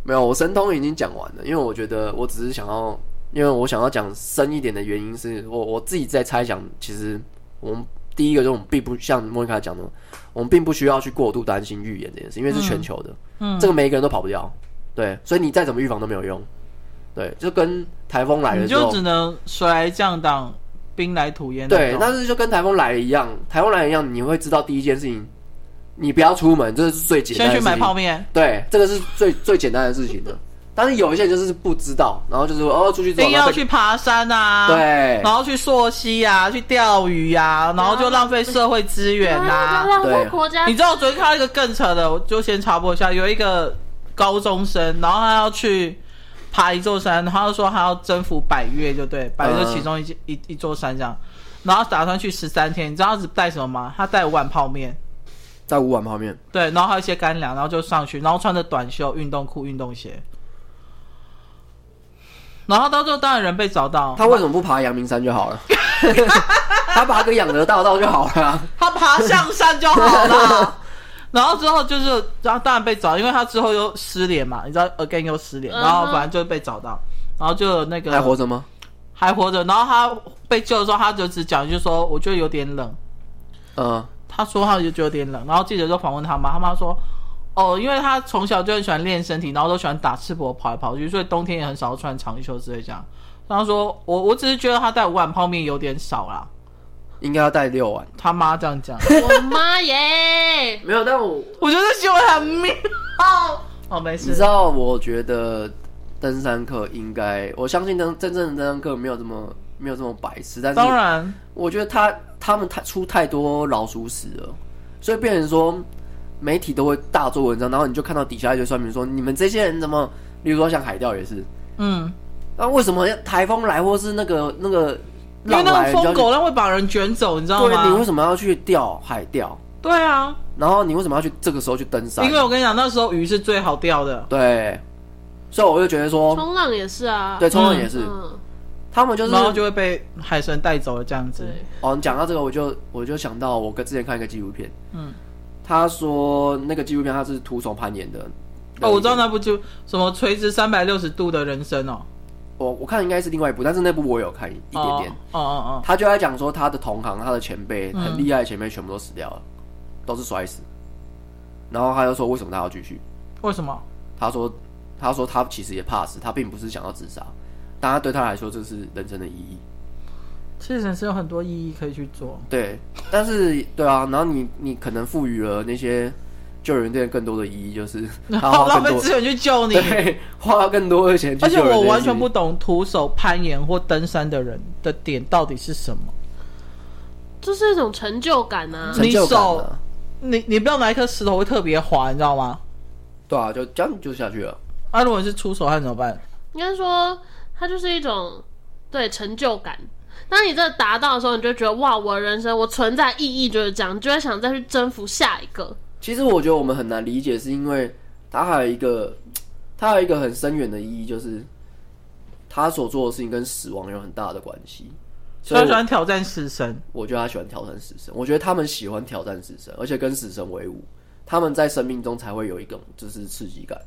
Speaker 2: 没有，我神通已经讲完了，因为我觉得我只是想要，因为我想要讲深一点的原因是我我自己在猜想，其实我们第一个就是我们并不像莫妮卡讲的，我们并不需要去过度担心预言这件事，因为是全球的，
Speaker 3: 嗯
Speaker 2: 这个每一个人都跑不掉，对，所以你再怎么预防都没有用，对，就跟台风来
Speaker 3: 你
Speaker 2: 了之
Speaker 3: 就
Speaker 2: 后
Speaker 3: 只，能水来降挡，兵来土掩那
Speaker 2: 对，
Speaker 3: 种。
Speaker 2: 但是就跟台风来了一样，台风来了一样，你会知道第一件事情，你不要出门，这是最简单
Speaker 3: 先
Speaker 2: 的
Speaker 3: 去
Speaker 2: 事
Speaker 3: 买
Speaker 2: 情。
Speaker 3: 泡面。
Speaker 2: 对，这个是最最简单的事情的。但是有一些人就是不知道，然后就是哦出去哦
Speaker 3: 一
Speaker 2: 走，
Speaker 3: 定
Speaker 2: 然后再
Speaker 3: 要去爬山啊，，
Speaker 2: 对
Speaker 3: 然后去溯溪啊，去钓鱼啊，然后就浪费社会资源
Speaker 1: 啊，
Speaker 3: 啊
Speaker 1: 不。要浪费
Speaker 2: [LAUGHS] 对
Speaker 1: 国家
Speaker 3: 你知道我昨天看到一个更扯的，我就先插播一下，有一个高中生，然后他要去爬一座山，然后他就说他要征服百越，就对，百越
Speaker 2: 嗯
Speaker 3: 其中一、一一座山这样，然后打算去十三天，你知道他只带什么吗？他带五碗泡面，
Speaker 2: 在五碗泡面，
Speaker 3: 对，然后还有一些干粮，然后就上去，然后穿着短袖、运动裤、运动鞋，然后到最后当然人被找到，
Speaker 2: 他为什么不爬阳明山就好了？他爬个养德大道就好了啊。
Speaker 3: 他爬上山就好了。 [LAUGHS] 然后之后就是，然后当然被找，因为他之后又失联嘛，你知道，again 又失联，
Speaker 1: 嗯哼
Speaker 3: 然后反正就被找到，然后就有那个
Speaker 2: 还活着吗？
Speaker 3: 还活着，然后他被救的时候，他就只讲一句说，我觉得有点冷，
Speaker 2: 嗯，
Speaker 3: 他说他就觉得有点冷，然后记者就访问他妈，他妈说，哦，因为他从小就很喜欢练身体，然后都喜欢打赤膊跑来跑去，所以冬天也很少穿长袖之类这样。然后他说我我只是觉得他带五碗泡面有点少啦，
Speaker 2: 应该要带六碗。
Speaker 3: 他妈这样讲，
Speaker 1: 我妈
Speaker 2: [LAUGHS]
Speaker 1: 耶！
Speaker 2: 没有，但我
Speaker 3: 我觉得这行为很妙。哦，没
Speaker 2: 你知
Speaker 3: 事，
Speaker 2: 道，我觉得登山客应该，我相信登真正的登山客没有这么没有这么白痴，但是
Speaker 3: 当然
Speaker 2: 我觉得他他们太出太多老鼠屎了，所以变成说媒体都会大做文章，然后你就看到底下一堆酸民说你们这些人怎么，例如说像海钓也是，
Speaker 3: 嗯，
Speaker 2: 那、为什么要台风来或是那个那个
Speaker 3: 嗯因为
Speaker 2: 浪
Speaker 3: 那
Speaker 2: 来，
Speaker 3: 个
Speaker 2: 你就
Speaker 3: 疯
Speaker 2: 要去
Speaker 3: 狗浪会把人卷走，你知道
Speaker 2: 对，你为
Speaker 3: 吗？
Speaker 2: 什么要去钓海钓？
Speaker 3: 对啊，
Speaker 2: 然后你为什么要去这个时候去登山？
Speaker 3: 因为我跟你讲，那时候鱼是最好钓的，
Speaker 2: 对，所以我就觉得说，
Speaker 1: 冲浪也是啊，
Speaker 2: 哦对，冲浪也是，
Speaker 1: 嗯，
Speaker 2: 他们就是
Speaker 3: 然后就会被海神带走了这样子。
Speaker 1: 对，
Speaker 2: 哦，你讲到这个，我就我就想到我跟之前看一个纪录片，
Speaker 3: 嗯，
Speaker 2: 他说那个纪录片他是徒手攀岩的。
Speaker 3: 哦，我知道那部就什么垂直三百六十度的人生哦，
Speaker 2: 我我看应该是另外一部，但是那部我有看一一点点。
Speaker 3: 哦，哦哦
Speaker 2: 他就在讲说他的同行、他的前辈
Speaker 3: 嗯
Speaker 2: 很厉害的前辈全部都死掉了，都是摔死。然后他就说为什么他要继续？
Speaker 3: 哦，为什么？
Speaker 2: 他说他说他其实也怕死，他并不是想要自杀，但他对他来说这是人生的意义。
Speaker 3: 其实人生有很多意义可以去做，
Speaker 2: 对，但是对啊，然后你你可能赋予了那些救援队更多的意义，
Speaker 3: [LAUGHS]
Speaker 2: 就是他
Speaker 3: 然后
Speaker 2: 花
Speaker 3: 浪
Speaker 2: 更
Speaker 3: 费
Speaker 2: 多
Speaker 3: 资源去救你。
Speaker 2: 对花更多的钱去
Speaker 3: [LAUGHS] 而
Speaker 2: 救
Speaker 3: 且
Speaker 2: 援这件事情。
Speaker 3: 我完全不懂徒手攀岩或登山的人的点到底是什么。
Speaker 1: 就是一种成就感啊。
Speaker 2: 成就感啊
Speaker 3: 你手你你不知道哪一颗石头会特别滑，你知道吗？
Speaker 2: 对啊，就这样就下去了。
Speaker 3: 啊，如果你是出手汗怎么办？
Speaker 1: 应该说，它就是一种对成就感。当你这达到的时候，你就觉得哇，我的人生我存在意义就是这样，你就会想再去征服下一个。
Speaker 2: 其实我觉得我们很难理解，是因为它还有一个，它还有一个很深远的意义，就是他所做的事情跟死亡有很大的关系。所
Speaker 3: 所
Speaker 2: 以
Speaker 3: 以喜
Speaker 2: 我，
Speaker 3: 欢挑战死神，
Speaker 2: 我觉得他喜欢挑战死神。我觉得他们喜欢挑战死神，而且跟死神为伍，他们在生命中才会有一种就是刺激感。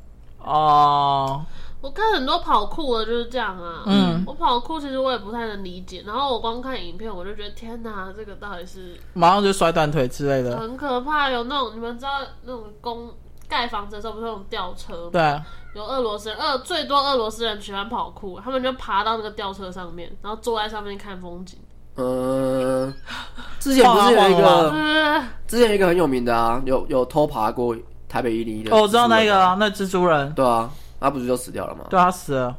Speaker 3: 哦，
Speaker 1: 我看很多跑酷的就是这样啊，嗯，我跑酷其实我也不太能理解，然后我光看影片我就觉得天哪，这个到底是
Speaker 3: 马上就摔断腿之类的。
Speaker 1: 很可怕，有那种你们知道那种公盖房子的时候不是那种吊车吗，
Speaker 3: 对啊，
Speaker 1: 有俄罗斯人，俄最多俄罗斯人喜欢跑酷，他们就爬到那个吊车上面，然后坐在上面看风景，
Speaker 2: 嗯，之前不是有一
Speaker 3: 晃啊
Speaker 2: 个，
Speaker 3: 晃
Speaker 1: 呃，
Speaker 2: 之前有一个很有名的啊，有有偷爬过台北一零一的，
Speaker 3: 哦，我知道那个，啊，那蜘蛛人，
Speaker 2: 对啊，他不是就死掉了吗？
Speaker 3: 对啊，死了。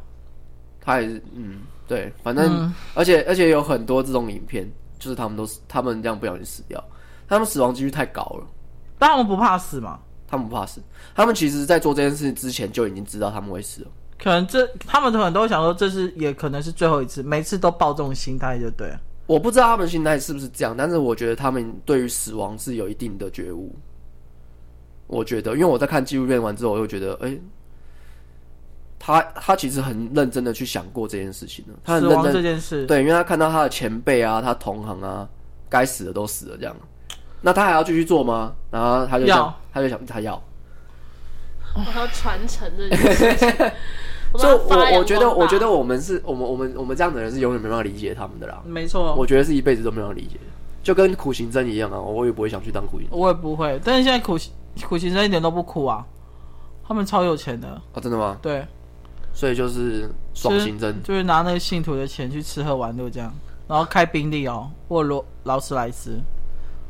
Speaker 2: 他也是，嗯，对，反正、
Speaker 3: 嗯
Speaker 2: 而且而且有很多这种影片，就是他们都死，他们这样不小心死掉，他们死亡几率太高了，
Speaker 3: 当然我不怕死嘛，
Speaker 2: 他们不怕死，他们其实在做这件事之前就已经知道他们会死了。
Speaker 3: 可能这他们可能都想说这是也可能是最后一次，每次都抱这种心态就对了。
Speaker 2: 我不知道他们心态是不是这样，但是我觉得他们对于死亡是有一定的觉悟。我觉得，因为我在看纪录片完之后，我又觉得，哎、他他其实很认真的去想过这件事情了，他很
Speaker 3: 死
Speaker 2: 认
Speaker 3: 亡
Speaker 2: 真
Speaker 3: 这件事，
Speaker 2: 对，因为他看到他的前辈啊，他同行啊，该死的都死了这样，那他还要继续做吗？然后他就
Speaker 3: 要
Speaker 2: 想，他就想他要，
Speaker 1: 我还要传承这件事
Speaker 2: [LAUGHS]
Speaker 1: 情。我
Speaker 2: 所以
Speaker 1: 们要发扬
Speaker 2: 我我觉得
Speaker 1: 光大
Speaker 2: 我觉得我们是我们我们我们这样的人是永远没办法理解他们的啦，
Speaker 3: 没错，
Speaker 2: 我觉得是一辈子都没办法理解的，就跟苦行僧一样啊，我也不会想去当苦行
Speaker 3: 我也不会。但是现在苦行苦行僧一点都不苦啊，他们超有钱的，
Speaker 2: 哦，真的吗？
Speaker 3: 对，
Speaker 2: 所以就是爽行
Speaker 3: 就是
Speaker 2: 僧，
Speaker 3: 就是拿那个信徒的钱去吃喝玩乐这样，然后开宾利哦，或罗劳斯莱斯，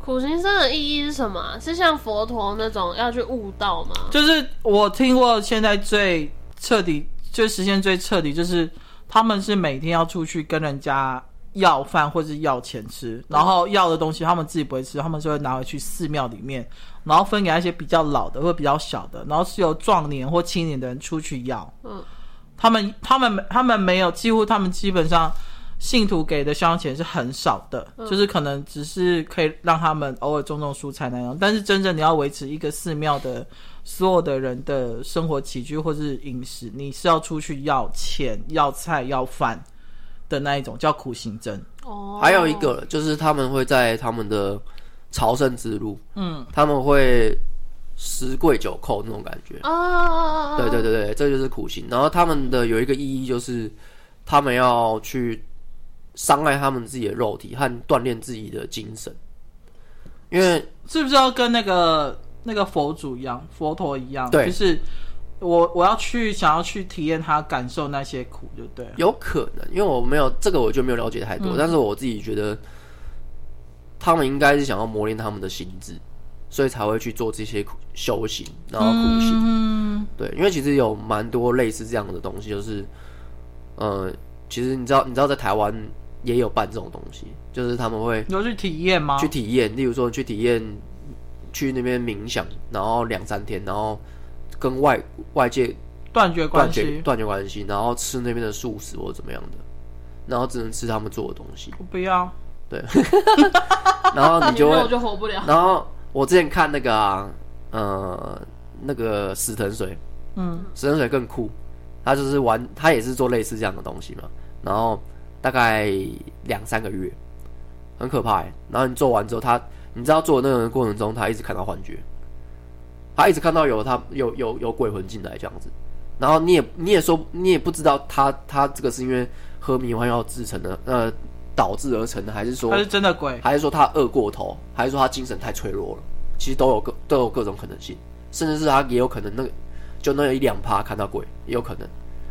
Speaker 1: 苦行僧的意义是什么啊？是像佛陀那种要去悟道吗？
Speaker 3: 就是我听过现在最彻底，就实现最彻底，就是他们是每天要出去跟人家要饭或是要钱吃，然后要的东西他们自己不会吃，他们就会拿回去寺庙里面，然后分给那些比较老的或比较小的，然后是由壮年或青年的人出去要。
Speaker 1: 嗯，
Speaker 3: 他们他们他们没有，几乎他们基本上。信徒给的香钱是很少的，就是可能只是可以让他们偶尔种种蔬菜那样，但是真正你要维持一个寺庙的所有的人的生活起居或是饮食，你是要出去要钱、要菜、要饭的那一种，叫苦行僧。
Speaker 1: 哦，
Speaker 2: 还有一个就是他们会在他们的朝圣之路，
Speaker 3: 嗯，
Speaker 2: 他们会十跪九叩那种感觉。
Speaker 1: 哦哦哦，哦
Speaker 2: 对对，对对，这就是苦行。然后他们的有一个意义就是，他们要去伤害他们自己的肉体和锻炼自己的精神，因为
Speaker 3: 是不是要跟那个那个佛祖一样、佛陀一样？
Speaker 2: 对
Speaker 3: 就是我我要去想要去体验他感受那些苦，就对了。
Speaker 2: 有可能，因为我没有这个，我就没有了解太多，但是我自己觉得，他们应该是想要磨练他们的心智，所以才会去做这些苦修行，然后苦行。
Speaker 3: 嗯，
Speaker 2: 对，因为其实有蛮多类似这样的东西，就是，呃，其实你知道，你知道在台湾也有办这种东西，就是他们会
Speaker 3: 你要去体验吗
Speaker 2: 去？体验，例如说去体验去那边冥想，然后两三天，然后跟外外界
Speaker 3: 断绝
Speaker 2: 断
Speaker 3: 关
Speaker 2: 绝
Speaker 3: 系，
Speaker 2: 断绝关系，然后吃那边的素食或者怎么样的，然后只能吃他们做的东西，
Speaker 3: 我不要。
Speaker 2: 然后你
Speaker 1: 啊 [LAUGHS] 你
Speaker 2: 就
Speaker 1: 那我
Speaker 2: 会，
Speaker 1: 就活不了。
Speaker 2: 然后我之前看那个啊，呃，那个死藤水，
Speaker 3: 嗯，
Speaker 2: 死神水更酷，他就是玩，他也是做类似这样的东西嘛。然后大概两三个月，很可怕欸。然后你做完之后，他你知道做的那个过程中，他一直看到幻觉，他一直看到有他有有有鬼魂进来这样子。然后你也你也说你也不知道他他这个是因为喝迷幻药制成的，呃，导致而成的，还是说
Speaker 3: 他是真的鬼，
Speaker 2: 还是说他饿过头，还是说他精神太脆弱了，其实都有各都有各种可能性，甚至是他也有可能那个就那一两趴看到鬼也有可能，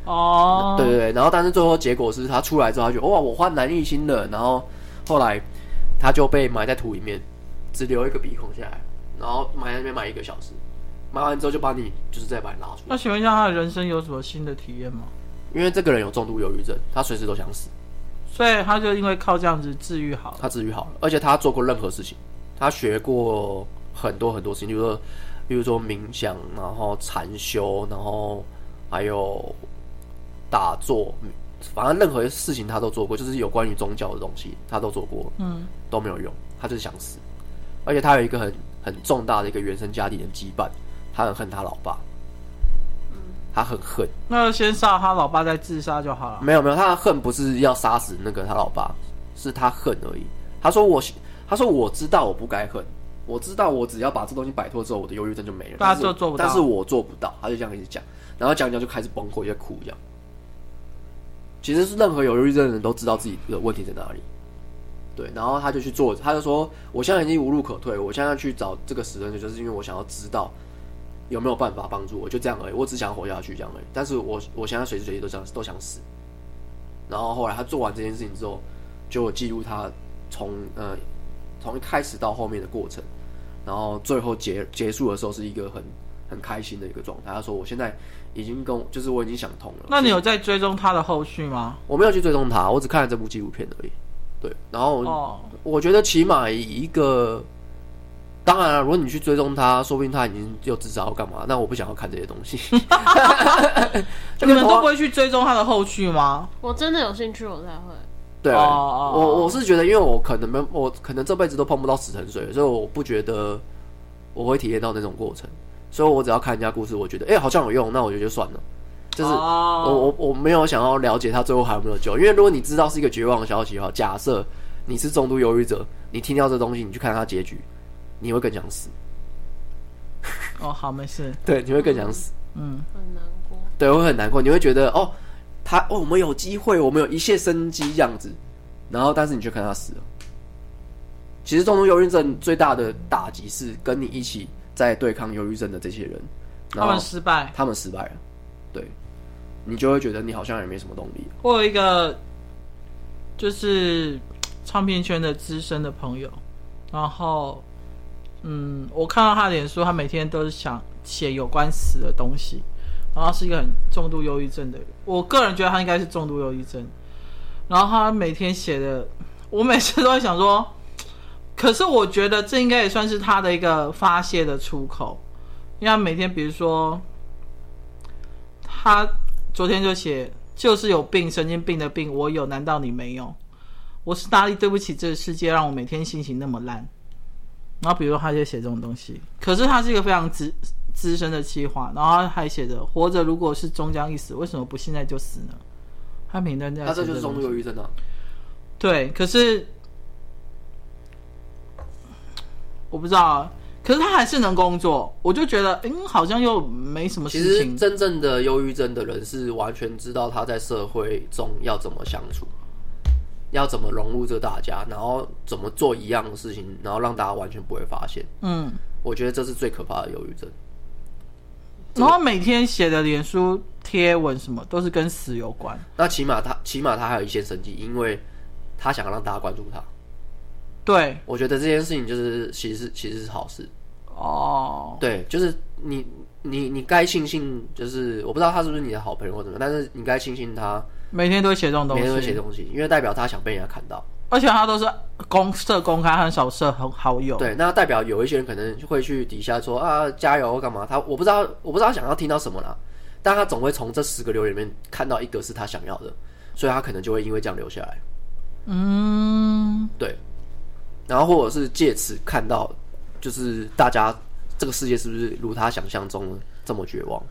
Speaker 3: 哦，
Speaker 2: 对对对。然后但是最后结果是他出来之后，他觉得哇我焕然一新了，然后后来他就被埋在土里面，只留一个鼻孔下来，然后埋在那边埋一个小时，埋完之后就把你就是再把你拉出
Speaker 3: 那
Speaker 2: 来，
Speaker 3: 请问一下，他的人生有什么新的体验吗？
Speaker 2: 因为这个人有重度忧郁症，他随时都想死，
Speaker 3: 所以他就因为靠这样子治愈好了。
Speaker 2: 他治愈好了，而且他做过任何事情，他学过很多很多事情，比如说，比如说冥想，然后禅修，然后还有打坐，反正任何事情他都做过，就是有关于宗教的东西他都做过，
Speaker 3: 嗯，
Speaker 2: 都没有用，他就是想死。而且他有一个很很重大的一个原生家庭的羁绊，他很恨他老爸，他很恨。
Speaker 3: 那先杀他老爸，再自杀就好了。
Speaker 2: 没有没有，他的恨不是要杀死那个他老爸，是他恨而已。他说我，他说我知道我不该恨，我知道我只要把这东西摆脱之后，我的忧郁症就没了。
Speaker 3: 大
Speaker 2: 但
Speaker 3: 家
Speaker 2: 是我
Speaker 3: 都啊做不到
Speaker 2: 但是我做不到。他就这样一直讲，然后讲一讲就开始崩溃，就哭这样。其实是任何有忧郁症的人都知道自己的问题在哪里，对，然后他就去做，他就说我现在已经无路可退，我现在要去找这个死神，就是因为我想要知道有没有办法帮助我，就这样而已，我只想活下去这样而已。但是我我现在随时随地都想都想死。然后后来他做完这件事情之后，就有记录他从呃从一开始到后面的过程，然后最后结结束的时候是一个很很开心的一个状态。他说我现在已经跟我就是我已经想通了。
Speaker 3: 那你有在追踪他的后续吗？
Speaker 2: 我没有去追踪他，我只看了这部纪录片而已。对，然后我
Speaker 3: 哦，
Speaker 2: 我觉得起码以一个当然了，啊如果你去追踪他，说不定他已经又自杀或干嘛。那我不想要看这些东
Speaker 3: [LAUGHS]
Speaker 2: 西。 [LAUGHS] 就
Speaker 3: 你
Speaker 2: 跟
Speaker 3: 们
Speaker 2: 同
Speaker 3: 都
Speaker 2: 样
Speaker 3: 不会去追踪他的后续吗？
Speaker 1: 我真的有兴趣，我才会。
Speaker 2: 对，
Speaker 3: 哦哦哦
Speaker 2: 我我是觉得，因为我可能没我可能这辈子都碰不到死神水，所以我不觉得我会体验到那种过程。所以我只要看人家故事，我觉得哎、诶好像有用，那我觉得就算了。就是我、
Speaker 3: 哦
Speaker 2: 我我没有想要了解他最后还有没有救，因为如果你知道是一个绝望的消息哈，假设你是重度忧郁者，你听到这东西，你去看他结局，你会更想死。
Speaker 3: 哦，好，没事，
Speaker 2: 对，你会更想死。
Speaker 3: 嗯，
Speaker 1: 很难过。
Speaker 2: 对，会很难过，你会觉得哦，他哦，我们有机会，我们有一线生机这样子，然后但是你却看他死了。其实重度忧郁症最大的打击是跟你一起在对抗忧郁症的这些人，然
Speaker 3: 他
Speaker 2: 后
Speaker 3: 们失败。
Speaker 2: 他们失败了，对，你就会觉得你好像也没什么动力。
Speaker 3: 我有一个就是唱片圈的资深的朋友，然后嗯，我看到他脸书，他每天都是想写有关死的东西，然后他是一个很重度忧郁症的人，我个人觉得他应该是重度忧郁症，然后他每天写的，我每次都会想说，可是我觉得这应该也算是他的一个发泄的出口，因为他每天比如说他昨天就写，就是有病，神经病的病，我有，难道你没有？我是哪里对不起这个世界，让我每天心情那么烂？然后比如说他就写这种东西，可是他是一个非常资资深的企划，然后他还写着活着如果是终将一死，为什么不现在就死呢？他每天在
Speaker 2: 那这
Speaker 3: 写
Speaker 2: 就是
Speaker 3: 种
Speaker 2: 重度忧郁症啊，
Speaker 3: 对，可是我不知道啊，可是他还是能工作，我就觉得，嗯，好像又没什么
Speaker 2: 其
Speaker 3: 事
Speaker 2: 实
Speaker 3: 情。
Speaker 2: 真正的忧郁症的人是完全知道他在社会中要怎么相处，要怎么融入这大家，然后怎么做一样的事情，然后让大家完全不会发现。
Speaker 3: 嗯，
Speaker 2: 我觉得这是最可怕的忧郁症。
Speaker 3: 然后每天写的脸书贴文什么都是跟死有关。
Speaker 2: 那起码他起码他还有一线生机，因为他想要让大家关注他。
Speaker 3: 对，
Speaker 2: 我觉得这件事情就是其实是其实是好事，
Speaker 3: 哦，
Speaker 2: 对，就是你你你该庆幸，就是我不知道他是不是你的好朋友或怎么样，但是你该庆幸他
Speaker 3: 每天都会写这种东
Speaker 2: 每天都会写
Speaker 3: 西，
Speaker 2: 东西，因为代表他想被人家看到。
Speaker 3: 而且他都是公社公开，很少设好好友。
Speaker 2: 对，那代表有一些人可能会去底下说啊加油干嘛？他我不知道我不知道他想要听到什么啦，但他总会从这十个留言里面看到一个是他想要的，所以他可能就会因为这样留下来。
Speaker 3: 嗯，
Speaker 2: 对，然后或者是借此看到，就是大家这个世界是不是如他想象中的这么绝望？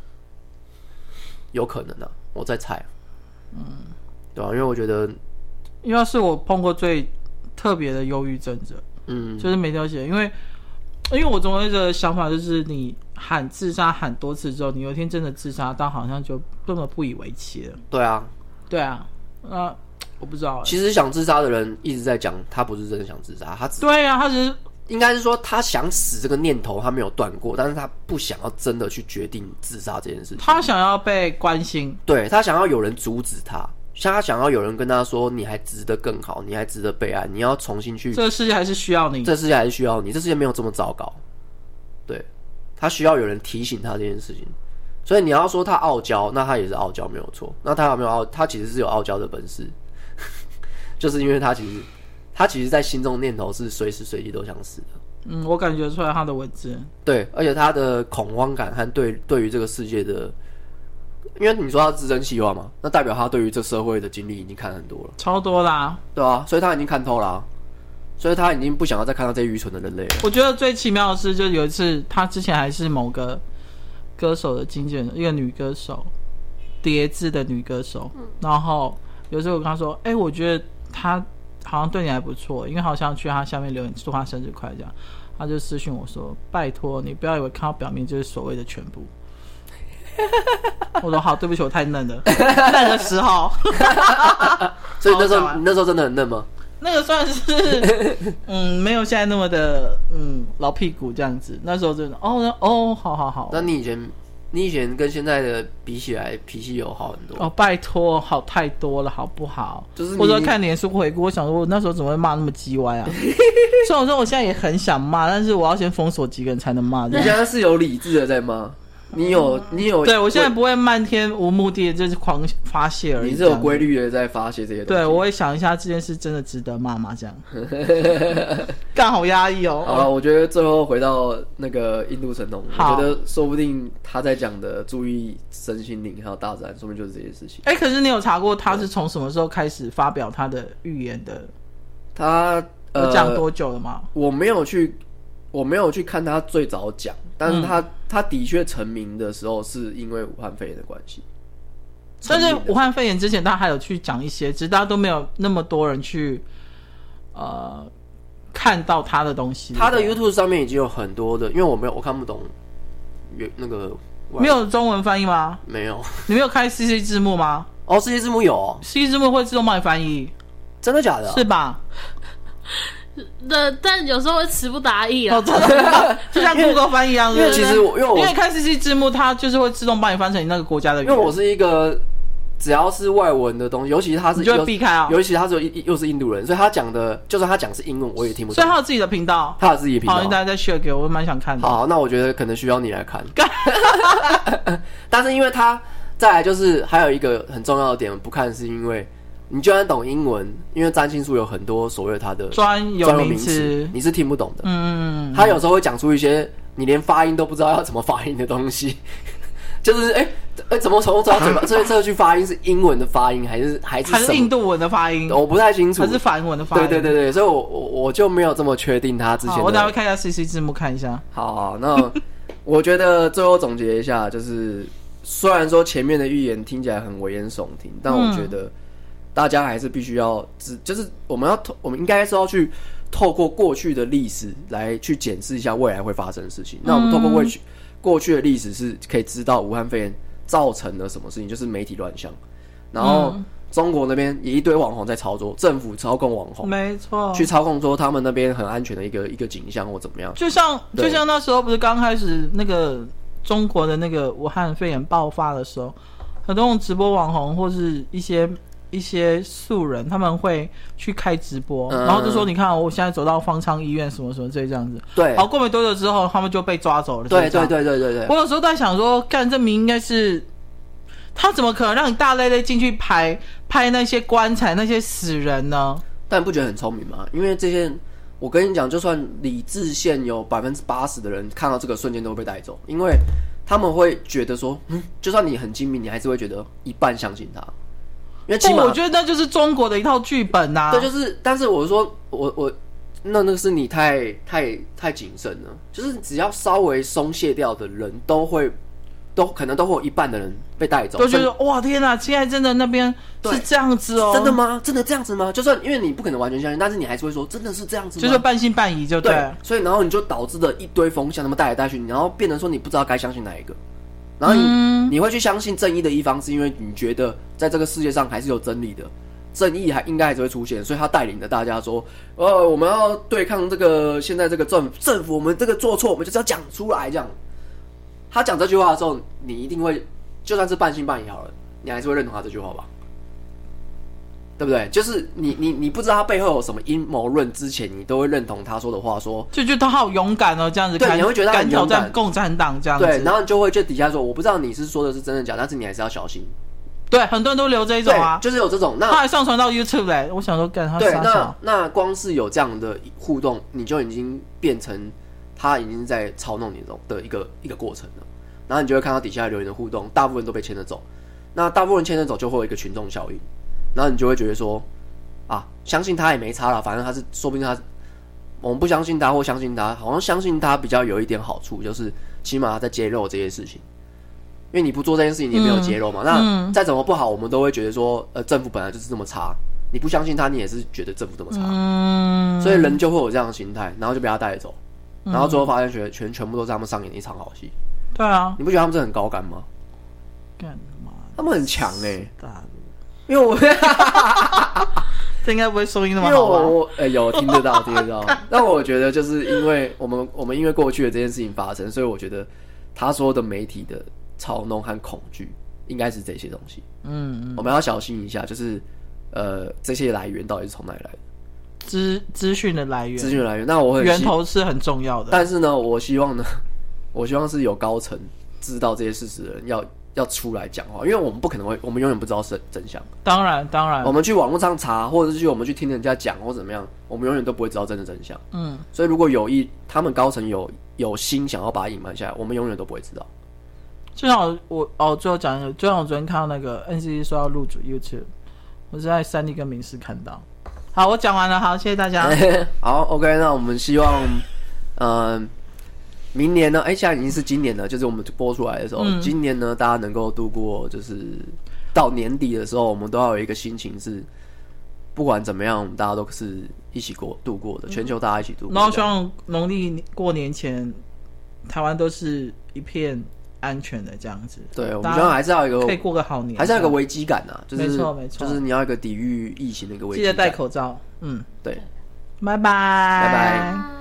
Speaker 2: 有可能啊，我在猜。嗯，对啊，因为我觉得，
Speaker 3: 因为是我碰过最特别的忧郁症者。
Speaker 2: 嗯，
Speaker 3: 就是没了解，因为因为我总有一个想法，就是你喊自杀喊多次之后，你有一天真的自杀，但好像就根本不以为奇了。
Speaker 2: 对啊，
Speaker 3: 对啊，那、我不知道、欸。
Speaker 2: 其实想自杀的人一直在讲，他不是真的想自杀，他只
Speaker 3: 对啊，他只是
Speaker 2: 应该是说他想死这个念头他没有断过，但是他不想要真的去决定自杀这件事情。
Speaker 3: 他想要被关心，
Speaker 2: 对他想要有人阻止他，像他想要有人跟他说，你还值得更好，你还值得被爱，你要重新去
Speaker 3: 这个世界还是需要你。
Speaker 2: 这世界还是需要你，这世界没有这么糟糕。对，他需要有人提醒他这件事情。所以你要说他傲娇，那他也是傲娇没有错。那他有没有傲？他其实是有傲娇的本事， [LAUGHS] 就是因为他其实他其实在心中念头是随时随地都想死的。
Speaker 3: 嗯，我感觉出来他的文字，
Speaker 2: 对，而且他的恐慌感和对对于这个世界的，因为你说他自身希望嘛，那代表他对于这社会的经历已经看很多了，
Speaker 3: 超多啦。
Speaker 2: 对啊，所以他已经看透了啊、所以他已经不想要再看到这些愚蠢的人类了。
Speaker 3: 我觉得最奇妙的是，就有一次他之前还是某个歌手的经纪人，一个女歌手，叠字的女歌手。然后有时候我跟他说：“哎、我觉得他好像对你还不错，因为好像去他下面留言祝他生日快乐这样。”他就私讯我说：“拜托你不要以为看到表面就是所谓的全部。”我说：“好，对不起，我太嫩了。”嫩的时候，
Speaker 2: 所以那时
Speaker 3: 好好
Speaker 2: 候
Speaker 3: 玩
Speaker 2: 你那时候真的很嫩吗？
Speaker 3: 那个算是嗯，没有现在那么的嗯老屁股这样子。那时候真的哦那哦，好好好，
Speaker 2: 那你以前，你以前跟现在的比起来，脾气有好很多。
Speaker 3: 哦，拜托，好太多了，好不好？
Speaker 2: 就是你
Speaker 3: 我说看脸书回顾，我想说，我那时候怎么会骂那么叽歪
Speaker 2: [LAUGHS]
Speaker 3: 啊？虽
Speaker 2: [LAUGHS]
Speaker 3: 然我说我现在也很想骂，但是我要先封锁几个人才能骂这
Speaker 2: 你现
Speaker 3: 样。
Speaker 2: 在是有理智的在骂，你有你有，
Speaker 3: 对我现在不会漫天无目的地就是狂发泄而已。
Speaker 2: 你是有
Speaker 3: 这样
Speaker 2: 规律的在发泄这些东西。
Speaker 3: 对，我会想一下这件事真的值得骂吗？这样，
Speaker 2: [LAUGHS]
Speaker 3: 干好压抑
Speaker 2: 好了，
Speaker 3: 哦。
Speaker 2: 我觉得最后回到那个印度神童，我
Speaker 3: 好
Speaker 2: 觉得说不定他在讲的注意身心灵还有大自然，说不定就是这些事情。
Speaker 3: 哎、可是你有查过他是从什么时候开始发表他的预言的？
Speaker 2: 他
Speaker 3: 有
Speaker 2: 呃，
Speaker 3: 讲多久了吗？
Speaker 2: 我没有去，我没有去看他最早讲，但是
Speaker 3: 嗯
Speaker 2: 他、他的确成名的时候是因为武汉肺炎的关系。
Speaker 3: 但是
Speaker 2: 成名的
Speaker 3: 武汉肺炎之前，他还有去讲一些，只是大家都没有那么多人去呃看到他的东西。
Speaker 2: 他的 YouTube 上面已经有很多的，因为我没有我看不懂原那个外
Speaker 3: 没有中文翻译吗？
Speaker 2: 没有
Speaker 3: 你没有开 CC 字幕吗
Speaker 2: 哦，世界字幕有哦、
Speaker 3: ？CC 字幕会自动帮你翻译，
Speaker 2: 真的假的、啊？
Speaker 3: 是吧？
Speaker 1: 那但有时候会词不达意啊
Speaker 3: 哦，。真的，就像 Google 翻译一样，
Speaker 2: 因为其实我因为我
Speaker 3: 因为开 CC 字幕，它就是会自动帮你翻成你那个国家的语
Speaker 2: 因
Speaker 3: 言，
Speaker 2: 为我是一个只要是外文的东西，尤其他是
Speaker 3: 你就会
Speaker 2: 又
Speaker 3: 避开啊。
Speaker 2: 尤其他是又又是印度人，所以他讲的就算他讲是英文，我也听不
Speaker 3: 所以哦
Speaker 2: 懂。
Speaker 3: 它有自己的频道，
Speaker 2: 他有自己的频
Speaker 3: 好，大
Speaker 2: 道。
Speaker 3: 家再 share 给我，我蛮想看的。
Speaker 2: 好，那我觉得可能需要你来看。 [LAUGHS] 但是因为他再来就是还有一个很重要的点，不看是因为你就算懂英文，因为占星术有很多所谓它的
Speaker 3: 专有
Speaker 2: 专有
Speaker 3: 名
Speaker 2: 名
Speaker 3: 词
Speaker 2: 词，，你是听不懂的。
Speaker 3: 嗯，
Speaker 2: 他有时候会讲出一些你连发音都不知道要怎么发音的东西， [LAUGHS] 就是哎哎、诶怎么从从嘴巴这这句发音是英文的发音还是还是
Speaker 3: 还
Speaker 2: 什么
Speaker 3: 是
Speaker 2: 哦
Speaker 3: 印度文的发音，
Speaker 2: 我不太清楚
Speaker 3: 还。是梵文的发音。
Speaker 2: 对对对对，所以我我我就没有这么确定他之前
Speaker 3: 好，
Speaker 2: 的。
Speaker 3: 我等下会看一下 CC 字幕，看一下。
Speaker 2: 好好，那我觉得最后总结一下，就是 [LAUGHS] 虽然说前面的预言听起来很危言耸听，但我觉得大家还是必须要知，就是我们要透，我们应该是要去透过过去的历史来去检视一下未来会发生的事情。那我
Speaker 3: 嗯
Speaker 2: 们透过过去过去的历史是可以知道武汉肺炎造成了什么事情，就是媒体乱象，然后
Speaker 3: 嗯
Speaker 2: 中国那边也一堆网红在操作，政府操控网红。
Speaker 3: 没错，
Speaker 2: 去操控说他们那边很安全的一个一个景象或怎么样，
Speaker 3: 就像
Speaker 2: 对
Speaker 3: 就像那时候不是刚开始那个中国的那个武汉肺炎爆发的时候，很多直播网红或是一些一些素人，他们会去开直播，
Speaker 2: 嗯
Speaker 3: 然后就说你看我现在走到方舱医院什么什么这这样子，
Speaker 2: 对，
Speaker 3: 好过没多久之后他们就被抓走了。
Speaker 2: 对
Speaker 3: 就这
Speaker 2: 对
Speaker 3: 样，
Speaker 2: 对对对对，
Speaker 3: 我有时候在想说，干这名应该是。他怎么可能让你大累累进去拍拍那些棺材、那些死人呢？
Speaker 2: 但你不觉得很聪明吗？因为这些人，我跟你讲，就算理智线有百分之八十的人看到这个瞬间都会被带走，因为他们会觉得说，嗯，就算你很精明，你还是会觉得一半相信他，因为起
Speaker 3: 不，
Speaker 2: 码
Speaker 3: 我觉得那就是中国的一套剧本呐、
Speaker 2: 这就是，但是我说我我那那个是你太太太谨慎了，就是只要稍微松懈掉的人都会。都可能都会有一半的人被带走，
Speaker 3: 都觉
Speaker 2: 甚
Speaker 3: 得哇天呐，现在真的那边是
Speaker 2: 对
Speaker 3: 这样子哦，
Speaker 2: 真的？吗？真的这样子吗？就算因为你不可能完全相信，但是你还是会说真的是这样子吗？
Speaker 3: 就是半信半疑就对。
Speaker 2: 对，所以然后你就导致了一堆风向，他们带来带去，然后变成说你不知道该相信哪一个，然后你、你会去相信正义的一方，是因为你觉得在这个世界上还是有真理的，正义还应该还是会出现，所以他带领着大家说，呃，我们要对抗这个现在这个政政府，我们这个做错，我们就是要讲出来这样。他讲这句话的时候，你一定会就算是半信半疑好了，你还是会认同他这句话吧？对不对？就是你你你不知道他背后有什么阴谋论之前，你都会认同他说的话说
Speaker 3: 就觉得他好勇敢哦，这样子
Speaker 2: 对
Speaker 3: 敢
Speaker 2: 你会觉得他
Speaker 3: 敢
Speaker 2: 很
Speaker 3: 挑
Speaker 2: 勇敢
Speaker 3: 战共产党这样子，
Speaker 2: 对，然后你就会就底下说，我不知道你是说的是真的假的，但是你还是要小心。
Speaker 3: 对很多人都留这一
Speaker 2: 对
Speaker 3: 种，啊，
Speaker 2: 就是有这种。
Speaker 3: 他
Speaker 2: 那
Speaker 3: 还上传到 YouTube 嘞，我想说干他
Speaker 2: 对，
Speaker 3: 傻
Speaker 2: 那
Speaker 3: 笑，
Speaker 2: 那光是有这样的互动，你就已经变成他已经在操弄你的的一个一个过程了。然后你就会看到底下留言的互动，大部分都被牵着走。那大部分人牵着走，就会有一个群众效应。然后你就会觉得说，啊，相信他也没差了，反正他是，说不定他，我们不相信他或相信他，好像相信他比较有一点好处，就是起码他在揭露这些事情。因为你不做这件事情，你也
Speaker 3: 嗯
Speaker 2: 没有揭露嘛。那再怎么不好，我们都会觉得说，呃，政府本来就是这么差，你不相信他，你也是觉得政府这么差，
Speaker 3: 嗯，
Speaker 2: 所以人就会有这样的心态，然后就被他带走，然后最后发现全全全部都是他们上演的一场好戏。
Speaker 3: 对啊，
Speaker 2: 你不觉得他们这很高干吗？
Speaker 3: 干嘛
Speaker 2: 他们很强哎、
Speaker 3: 大陆？
Speaker 2: 因
Speaker 3: [LAUGHS]
Speaker 2: 为我。
Speaker 3: 这应该不会收音那
Speaker 2: 因
Speaker 3: 么
Speaker 2: 为
Speaker 3: 好吧
Speaker 2: 我？我呃、有听得到听得
Speaker 3: [LAUGHS]
Speaker 2: 到，但我觉得就是因为我们我们因为过去的这件事情发生，所以我觉得他说的媒体的嘲弄和恐惧应该是这些东西，
Speaker 3: 嗯，嗯
Speaker 2: 我们要小心一下，就是呃这些来源到底是从哪里来的，
Speaker 3: 资资讯的来
Speaker 2: 资
Speaker 3: 源
Speaker 2: 讯来源。那我很希
Speaker 3: 源头是很重要的，啊
Speaker 2: [LAUGHS] 但是呢，我希望呢，我希望是有高层知道这些事实的人要要出来讲话，因为我们不可能会，我们永远不知道真真相。
Speaker 3: 当然当然
Speaker 2: 我，们去网络上查，或者是去我们去听人家讲或怎么样，我们永远都不会知道真的真相。
Speaker 3: 嗯，
Speaker 2: 所以如果有意，他们高层有有心想要把它隐瞒下来，我们永远都不会知道。
Speaker 3: 就像我我哦，最后讲一个，就像我昨天看到那个 NCC 说要入主 YouTube，我是在三 D 跟明视看到。好，我讲完了，好，谢谢大家。
Speaker 2: 哎 [LAUGHS] 好，OK，那我们希望，嗯、明年呢？哎、现在已经是今年了，就是我们播出来的时候，
Speaker 3: 嗯
Speaker 2: 今年呢，大家能够度过，就是到年底的时候，我们都要有一个心情是，不管怎么样，我们大家都是一起过度过
Speaker 3: 嗯
Speaker 2: 的，全球大家一起度过。
Speaker 3: 然后希望农历过年前，台湾都是一片安全的这样子，
Speaker 2: 对，我们
Speaker 3: 大家
Speaker 2: 希望还是要有一
Speaker 3: 可以
Speaker 2: 个，
Speaker 3: 过个好年，
Speaker 2: 还是要有一个危机感啊，就是
Speaker 3: 没错没错
Speaker 2: 就是你要有一个抵御疫情的一个危
Speaker 3: 记
Speaker 2: 机
Speaker 3: 得
Speaker 2: 感。
Speaker 3: 戴口罩，嗯，
Speaker 2: 对。拜
Speaker 3: 拜拜，拜
Speaker 2: 拜
Speaker 1: 拜。